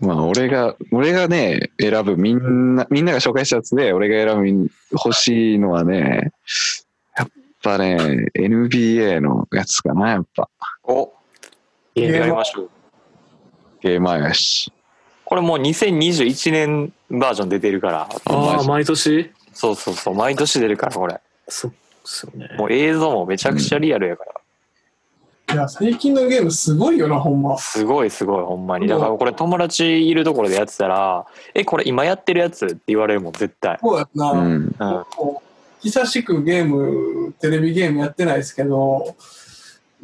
S3: まあ俺が俺がね選ぶみんなみんなが紹介したやつで俺が選ぶ欲しいのはねやっぱね NBA のやつかなやっぱ
S4: お
S2: ゲー
S4: や
S2: ム
S4: りましょう
S3: ゲーマーやし
S4: これもう2021年バージョン出てるから
S2: ああ、毎年
S4: そうそうそう毎年出るからこれ
S2: そうですよね。
S4: もう映像もめちゃくちゃリアルやから、
S1: いや、最近のゲームすごいよな、ほんま。
S4: すごいすごいほんまにだからこれ友達いるところでやってたら「えこれ今やってるやつ?」って言われるもん絶対、
S1: そうやな。
S3: うん
S4: うん、
S1: こう久しくゲーム、テレビゲームやってないですけど、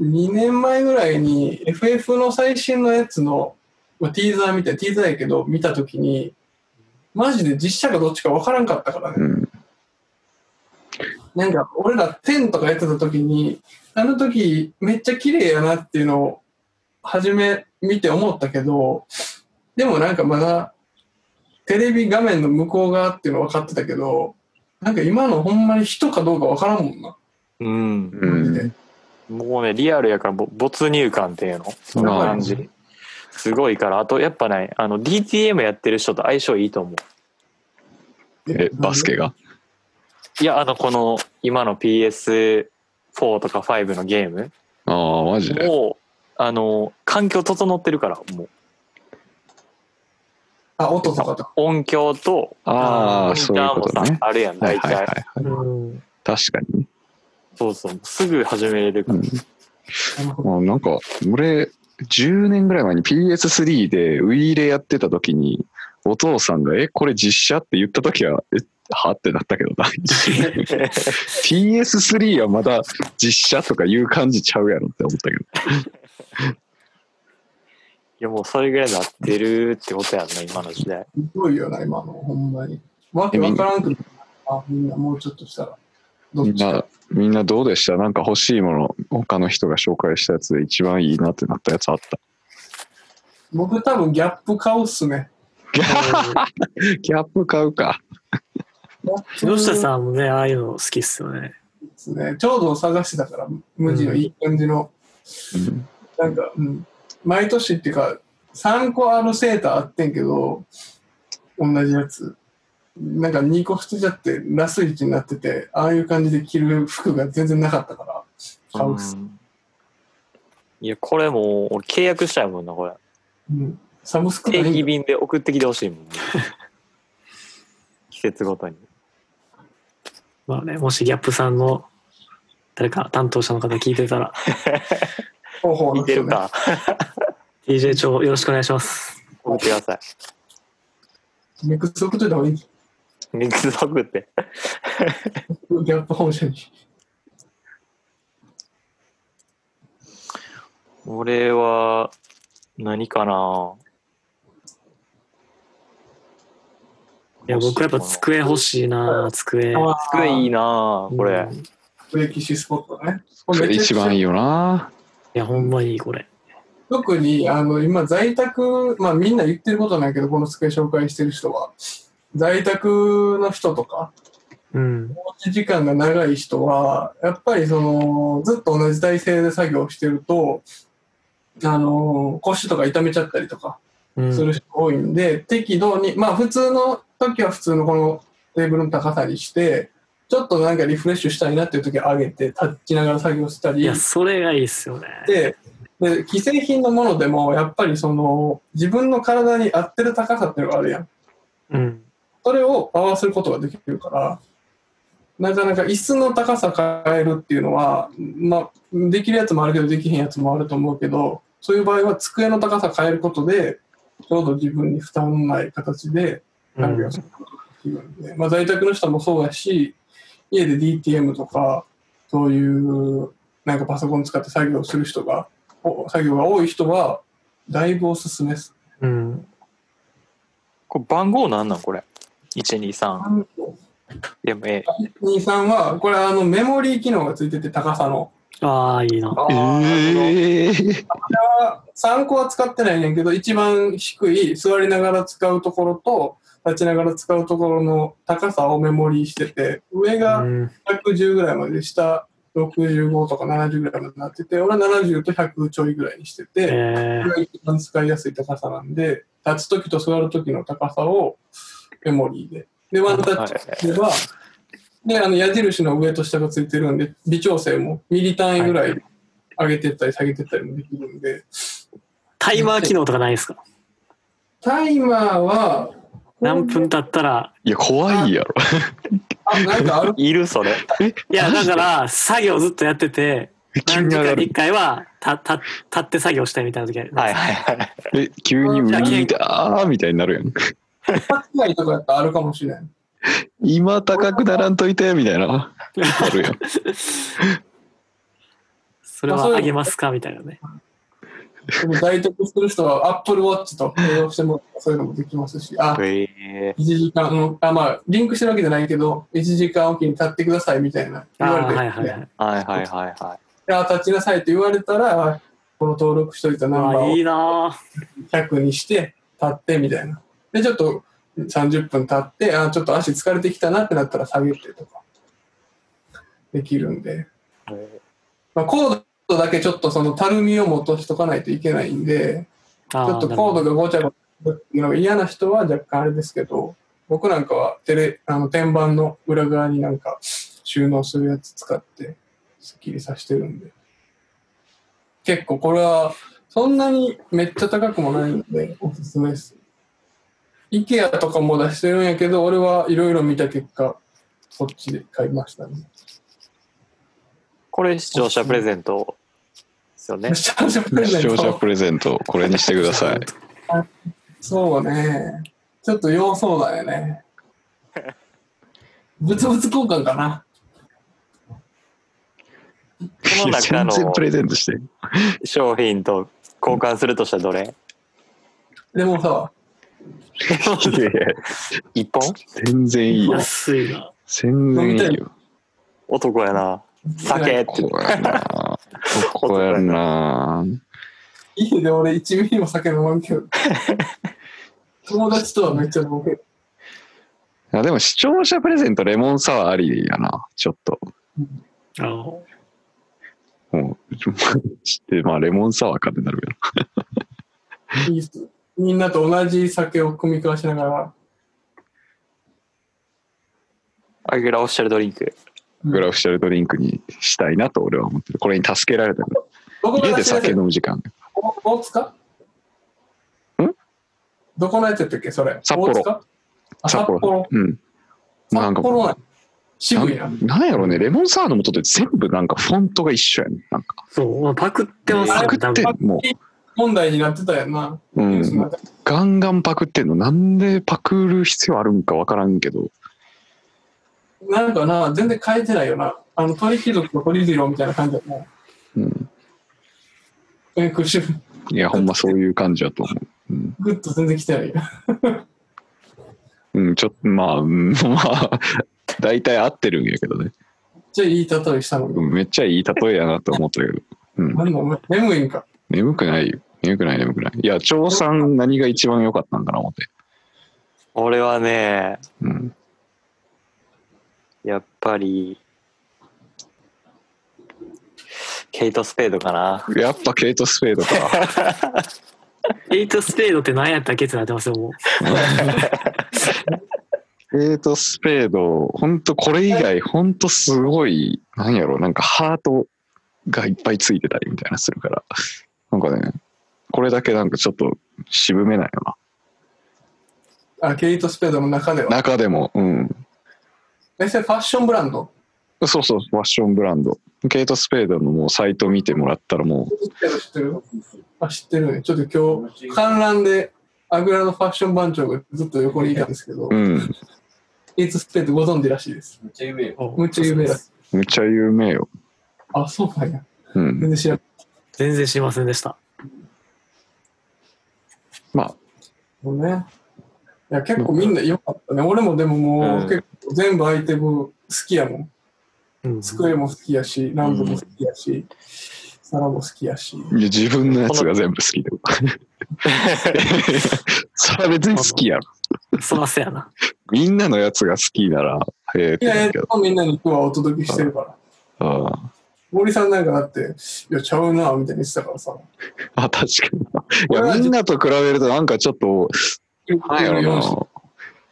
S1: 2年前ぐらいに FF の最新のやつの、まあ、ティーザーみたい、ティーザーやけど見たときに、マジで実写かどっちかわからんかったからね。
S3: うん
S1: なんか俺ら10とかやってた時にあの時めっちゃ綺麗やなっていうのを初め見て思ったけどでもなんかまだテレビ画面の向こう側っていうの分かってたけどなんか今のほんまに人かどうか分からんもんな
S4: うん、
S3: う
S1: マジ
S3: ん
S1: で
S4: もうねリアルやからぼ没入感っていうのその感じ、
S3: ま
S4: すごいからあとやっぱねあの DTM やってる人と相性いいと思う
S3: えバスケが
S4: いやあのこの今の PS4 とか5のゲーム
S3: ああマジで
S4: もうあの環境整ってるからもう
S1: あ音とかと
S4: 音響と
S3: あ
S4: モ
S3: あ
S4: ニ
S3: そういう
S4: ター
S3: こ
S4: も
S3: と
S4: さ、
S3: ね
S4: あるやん
S3: はい
S4: 大
S3: はい
S4: 体、
S3: はいはい
S2: うん
S3: 確かにね
S4: そうそうすぐ始めれる から、
S3: まあ、なんか俺10年ぐらい前に PS3 でウイイレやってた時にお父さんが「えこれ実写?」って言った時は「えはってなったけどな PS3 はまだ実写とかいう感じちゃうやろって思ったけど
S4: いやもうそれぐらいなってるってことやんな、今の時代。
S1: すごいよな、今の、ほんまに。わけわからんくなるあ、みんなもうちょっとしたら。ど
S3: み
S1: っ
S3: ん
S1: ちか
S3: なみんなどうでしたなんか欲しいもの他の人が紹介したやつで一番いいなってなったやつあった
S1: 僕多分ギャップ買うっすね。
S3: ギャップ買うか
S2: 木下さんもね、ああいうの好きっすよね。
S1: んですね。ちょうど探してたから、無地のいい感じの、
S3: うん
S1: なんか、うん。毎年っていうか、3個あのセーターあってんけど、同じやつ。なんか2個捨てちゃって、ラスイチになってて、ああいう感じで着る服が全然なかったから、買うっす。
S4: うんいや、これもう俺契約したいもんな、これ。
S1: うん。サブスク
S4: 定
S1: ない
S4: 期
S1: んだ
S4: 便で送ってきてほしいもん。季節ごとに。
S2: まあね、もしギャップさんの誰か担当者の方聞いてたら、
S1: 方法
S4: 聞
S1: の
S4: いて
S1: 人
S4: る
S1: ね。
S4: か。
S2: DJ 長よろしくお願いします。
S4: 送ってください。
S1: ミックス送っといた方がいい。ギ
S4: ミックス送って。
S1: ャップ本社に。
S4: 俺は、何かない
S2: や、僕やっぱ机欲しいな机。
S1: あー
S4: 机いいなこれ。
S2: うんい
S1: 歴史スポットね。
S3: これ一番いいよな
S2: や、ほんまにいい、これ。
S1: 特にあの今在宅、まあ、みんな言ってることなんやけどこの机紹介してる人は在宅の人とか
S2: うん。
S1: おうち時間が長い人はやっぱりそのずっと同じ体勢で作業してるとあの腰とか痛めちゃったりとか
S2: うん
S1: する人多いんで、適度にまあ普通の時は普通のこのテーブルの高さにしてちょっとなんかリフレッシュしたいなっていう時は上げて立ちながら作業したり
S2: いや、それがいいっすよね。
S1: でで既製品のものでもやっぱりその自分の体に合ってる高さっていうのがあるやん
S2: うん。
S1: それを合わせることができるからなかなか椅子の高さ変えるっていうのは、まあ、できるやつもあるけどできへんやつもあると思うけどそういう場合は机の高さ変えることでちょうど自分に負担のない形で
S2: う
S1: 作業
S2: ん
S1: することができるんで、まあ、在宅の人もそうやし家で DTM とかそういうなんかパソコン使って作業する人がお作業が多い人はだいぶおすすめです。
S2: うん。
S4: これ番号なんなんこれ。123。でもえ。
S1: 23はこれあのメモリー機能がついてて高さの
S2: ああ、いいな。
S3: えー
S1: 3個は使ってないねんけど一番低い座りながら使うところと立ちながら使うところの高さをメモリーしてて上
S2: う
S1: が
S2: ん
S1: 110ぐらいまで下65とか70ぐらいまでなってて俺は70と100ちょいぐらいにしてて。
S2: え
S1: これが一番使いやすい高さなんで、立つ時と座る時の高さをメモリーで。で、ワンタッチすれば、で、あの矢印の上と下がついてるんで、微調整もミリ単位ぐらい上げてったり下げてったりもできるんで、
S2: タイマー機能とかないですか
S1: タイマーは、
S2: 何分経ったら。
S3: いや怖いやろ
S1: あ、なんかある
S4: いるそれ。
S2: いや、だから、作業ずっとやってて、
S3: 急
S2: 何
S3: に
S2: 時
S3: 上が
S2: 間に
S3: る
S2: 1回はたた立って作業したいみたいな時ある。
S4: はいはいはい。
S3: え急にウィーダーみたいになるやん
S1: 立ちないとかやったらあるかもしれん。
S3: 今高くならんといてみたいなあるやん
S2: それはあげますかみたいなね。
S1: でも在宅する人は Apple Watch と併用してもらったらそういうのもできますし、あ、
S4: え
S1: 1時間の、あ、まあ、リンクしてるわけじゃないけど、1時間おきに立ってくださいみたいな
S2: あ
S1: 言われてる
S2: あ、はいはいはい。
S4: ー、はいはいはいはい。
S1: いや立ちなさいと言われたらこの登録しといた
S2: う
S1: ナンバ
S2: わ、い
S1: ー
S2: い
S1: を
S2: な
S1: 100にして立ってみたいなでちょっと30分経ってあちょっと足疲れてきたなってなったら下げてとかできるんで、まあ、コードだけちょっとそのたるみをもとしとかないといけないんで
S2: ち
S1: ちょっとコードがごちゃごちゃっていうのが嫌な人は若干あれですけど僕なんかはテレあの天板の裏側になんか収納するやつ使ってスッキリさせてるんで結構これはそんなにめっちゃ高くもないのでおすすめです IKEA とかも出してるんやけど俺はいろいろ見た結果そっちで買いましたね
S4: これ視聴者プレゼントですよ ね。
S1: 視聴者プレゼ
S3: 視
S1: ン
S3: 聴者
S1: ト
S3: プレゼントこれにしてください
S1: そうねちょっと要相だよね物々交換かな。
S4: この中
S3: 全
S4: の
S3: 然プレゼントして。
S4: 商品と交換するとしたらどれ
S1: レモンサワ
S3: いやいや
S4: 一本
S3: 全然いいよ。
S2: 安いな。
S3: 全然いいよ。
S4: 男やな。
S1: ー。
S4: 酒って
S3: こ。こやな。ここやな。
S1: 家で俺1ミリも酒飲まんけど。友達とはめっちゃボケる。
S3: いやでも視聴者プレゼントレモンサワーありやな。ちょっと。
S2: あの、
S3: もう、 して、まあレモンサワーかってなるけど。
S1: いいっす。みんなと同じ酒を組み交わしながら。
S4: あげらおっしゃるドリンク。
S3: グラフィシャルドリンクにしたいなと俺は思ってる。これに助けられたから。
S1: どこの
S3: 家
S1: や
S3: で
S1: つやった
S3: 酒
S1: っ
S3: 飲む時間。
S1: け大塚んどこのやつやったっけそれ。
S3: 札幌
S1: 大塚あ
S3: 札
S1: 札
S3: 幌
S1: 幌。
S3: うん。なん
S1: 札
S3: か、
S1: 幌なん渋いな。
S3: なんなんやろうね、レモンサワーの元って全部なんかフォントが一緒やねん。なんか、
S2: そう、まあ、パクってます
S3: パクってんのも
S1: 問題になってたやんな。
S3: う、う
S1: ニュースの
S3: ん、
S1: 中で
S3: ガンガンパクってんの。なんでパクる必要あるんかわからんけど、
S1: なんかな、全然変えてないよな。あの、鳥貴族と鳥次郎みたいな感じだも
S3: うん、
S1: ん。え、クッシュ、
S3: いや、ほんまそういう感じだと思う。うん
S1: グッと全然来てないよ。
S3: うん、ちょっと、まあ、うんまあ、大体合ってるんやけどね。
S1: めっちゃいい例えしたの
S3: う
S1: に。
S3: んめっちゃいい例えやなと思ったけど、うん、
S1: なんだお前、眠いんか。
S3: 眠くないよ。眠くない、眠くない。いや、調査何が一番良かったんかな思って。
S4: 俺はね、
S3: うん、
S4: やっぱり、ケイト・スペードかな。
S3: やっぱケイト・スペードか。
S2: エイトスペードって何やったっけってなってますよ、もう。
S3: ケイト・スペード、ほんとこれ以外、ほんとすごい、なんやろ、なんかハートがいっぱいついてたりみたいなするから、なんかね、これだけなんかちょっと渋めないよ
S1: あ、ケイト・スペードの中で
S3: な。
S1: は。
S3: 中でも、うん。
S1: え、それファッションブランド。
S3: そうそう、ファッションブランド。ケイト・スペードのもうサイト見てもらったらも
S1: 知ってる知ってるあ、知ってるね。ちょっと今日、観覧で、アグラのファッション番長がずっと横にいたんですけど
S3: う、う、ん、
S1: ケイト・スペードご存知らしいです。
S5: めっちゃ有名よ。
S1: むっちゃ有名だ。
S3: むっちゃ有名よ。
S1: あ、そうなんや。
S3: うん。
S1: 全然知らん。
S2: 全然知りませんでした。
S3: まあ、
S1: そうね。いや、結構みんな良かったね。俺もでももう、
S4: うん
S1: 結構全部アイテム好きやもん。
S2: うん、
S1: 机も好きやし、ランプも好きやし、皿も好きやし。
S3: いや自分のやつが全部好きで。それは別に好きやろ。
S2: そらせやな。
S3: みんなのやつが好きなら、ええって
S1: いや
S3: 言
S1: いうや
S3: けど。、
S1: みんなに今日はお届けしてるから。
S3: うん
S1: 森さんなんかだって、いや、ちゃうな、みたいに言ってたからさ。
S3: あ、確かに。いや、みんなと比べると、なんかちょっと、なんや
S1: 用意して
S3: ろ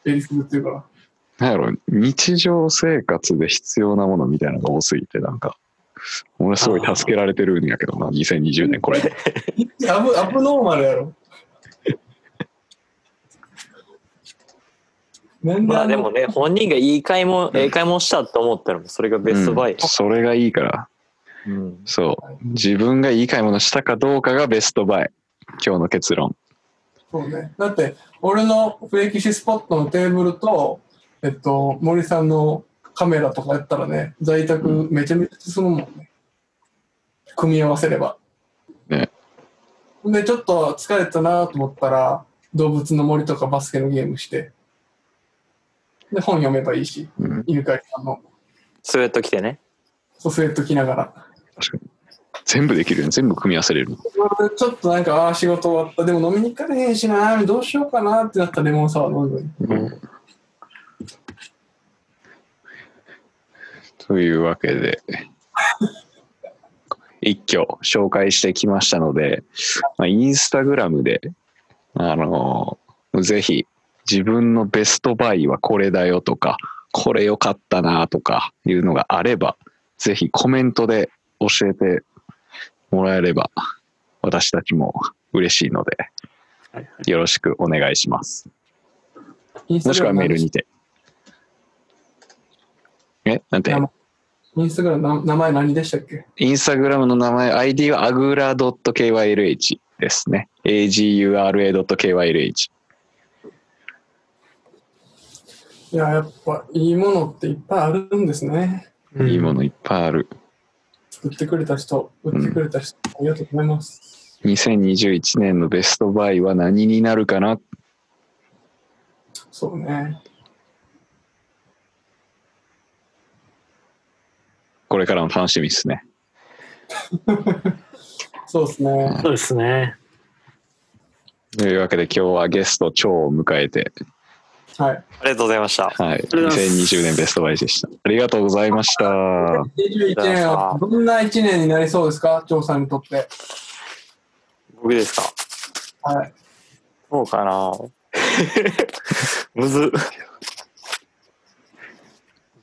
S1: えりすぐっていうから。
S3: な、なんやろ、日常生活で必要なものみたいなのが多すぎて、なんか、俺すごい助けられてるんやけどな、2020年これで。
S1: アブ、アブノーマルやろ。 なんで
S4: ま
S1: あ
S4: あ
S1: の
S4: でもね、本人がいい買い物、ええ買い物したと思ったら、それがベストバイ
S3: うん。それがいいから、
S4: うん
S3: そう。自分がいい買い物したかどうかがベストバイ。今日の結論。
S1: そうね。だって、俺のフレキシスポットのテーブルと、えっと、森さんのカメラとかやったらね、在宅めちゃめちゃ進むもんね。組み合わせれば。
S3: ね。
S1: で、ちょっと疲れたなと思ったら、動物の森とかバスケのゲームして、で、本読めばいいし、
S3: うん、
S1: 犬飼さんの、
S4: スウェット着てね。
S1: そうスウェット着ながら。
S3: 確かに。全部できるよね。全部組み合わせれる。
S1: ちょっとなんか、ああー、仕事終わった。でも飲みに行かれへんしな、どうしようかなってなったらレモンサワー飲むのに。
S3: うんというわけで一挙紹介してきましたので、まあ、インスタグラムで、あのぜひ自分のベストバイはこれだよとかこれ良かったなとかいうのがあればぜひコメントで教えてもらえれば私たちも嬉しいので
S2: はいはい
S3: よろしくお願いします。
S1: インス
S3: も
S1: タ
S3: し
S1: グラ
S3: くは
S1: ム
S3: メールにて。えなんて
S1: 名前インスタグラムな名前何でしたっけ
S3: インスタグラムの名前、ID は agra.kylh ですね。agura.kylh。
S1: いや、やっぱいいものっていっぱいあるんですね。
S2: うん
S3: いいものいっぱいある。
S1: 作ってくれた人、売ってくれた人、ありがとうございます。
S3: 2021年のベストバイは何になるかな
S1: そうね。
S3: これからも楽しみですね。
S1: そうですね。
S2: そうですね。
S3: というわけで今日はゲスト超を迎えて、
S1: はい。
S4: ありがとうございました。
S3: はい、
S2: とうございます
S3: 2020年ベストバイでした。ありがとうございました。
S1: 21年はどんな1年になりそうですか、張さんにとって。
S4: 僕ですか
S1: はい。
S4: そうか なむず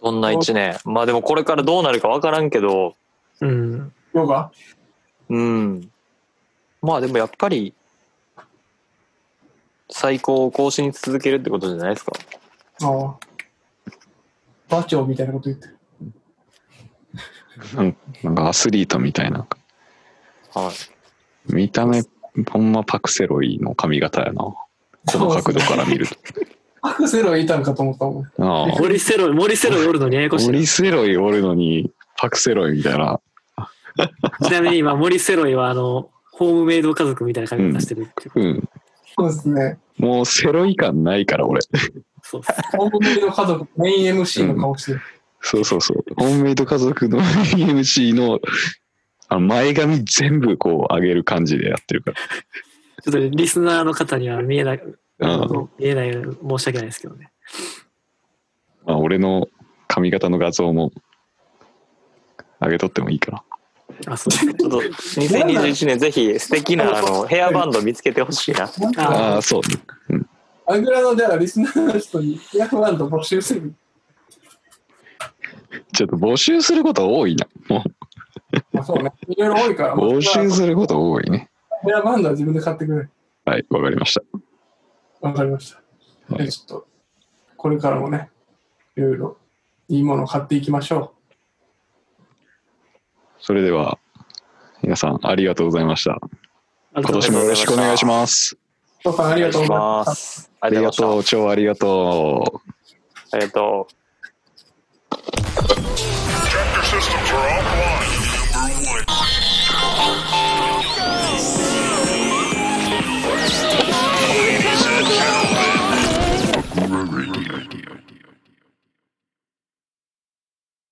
S4: どんな一年まあでもこれからどうなるか分からんけど
S2: うん。
S1: ヨガ
S4: うんまあでもやっぱり最高を更新し続けるってことじゃないですか
S1: ああ。バチョみたいなこと言ってる。
S3: なんなんかアスリートみたいな。
S4: はい
S3: 見た目、ほんまパクセロイの髪型やな。この角度から見ると。
S1: アクセルはいたんかと思ったもん。
S3: ああ
S2: 森セロイ、森セロイおるのにややこしい
S3: オ
S2: な。
S3: リセロイおるのに、パクセロイみたいな。
S2: ちなみに今、森セロイは、あの、ホームメイド家族みたいな感じ出してるっていう。
S3: うん。
S1: そうですね。
S3: もうセロイ感ないから、俺。
S2: そうっす。
S1: ホームメイド家族、メイン MC の顔してる。
S3: そうそうそう。ホームメイド家族の MC の、あの前髪全部こう上げる感じでやってるか
S2: ちょっとリスナーの方には見えない、
S3: ら。うん。
S2: 見えない、申し訳ないですけどね。
S3: まあ、俺の髪型の画像も上げとってもいいかな。
S2: あ、そうですね。
S4: ちょっと2021年ぜひ素敵なあ のヘアバンド見つけてほしいな
S1: なんか、
S3: あ
S2: あ
S3: あ、そうね。
S1: アグラのじゃあリスナーの人に、ヤフワンと募集する。
S3: ちょっと募集すること多いな。も
S1: まあ、そうね。いろいろ多いから、
S3: う募集
S1: ま
S3: すること多いね。
S1: あヘアバンドは自分で買ってくれ。
S3: はい、わかりました。
S1: わかりました。
S3: はい
S1: でちょっと、これからもね、いろいろいいものを買っていきましょ
S3: それでは、皆さんありがとうございました。
S2: 今
S3: 今 年もよろしくお願いします。
S1: う。父さんありがとうございました。
S4: すあ
S3: あ
S4: り
S3: り
S4: が
S3: が
S4: とう
S3: と
S4: ございま
S3: う、超ありがとう。
S4: したありがとう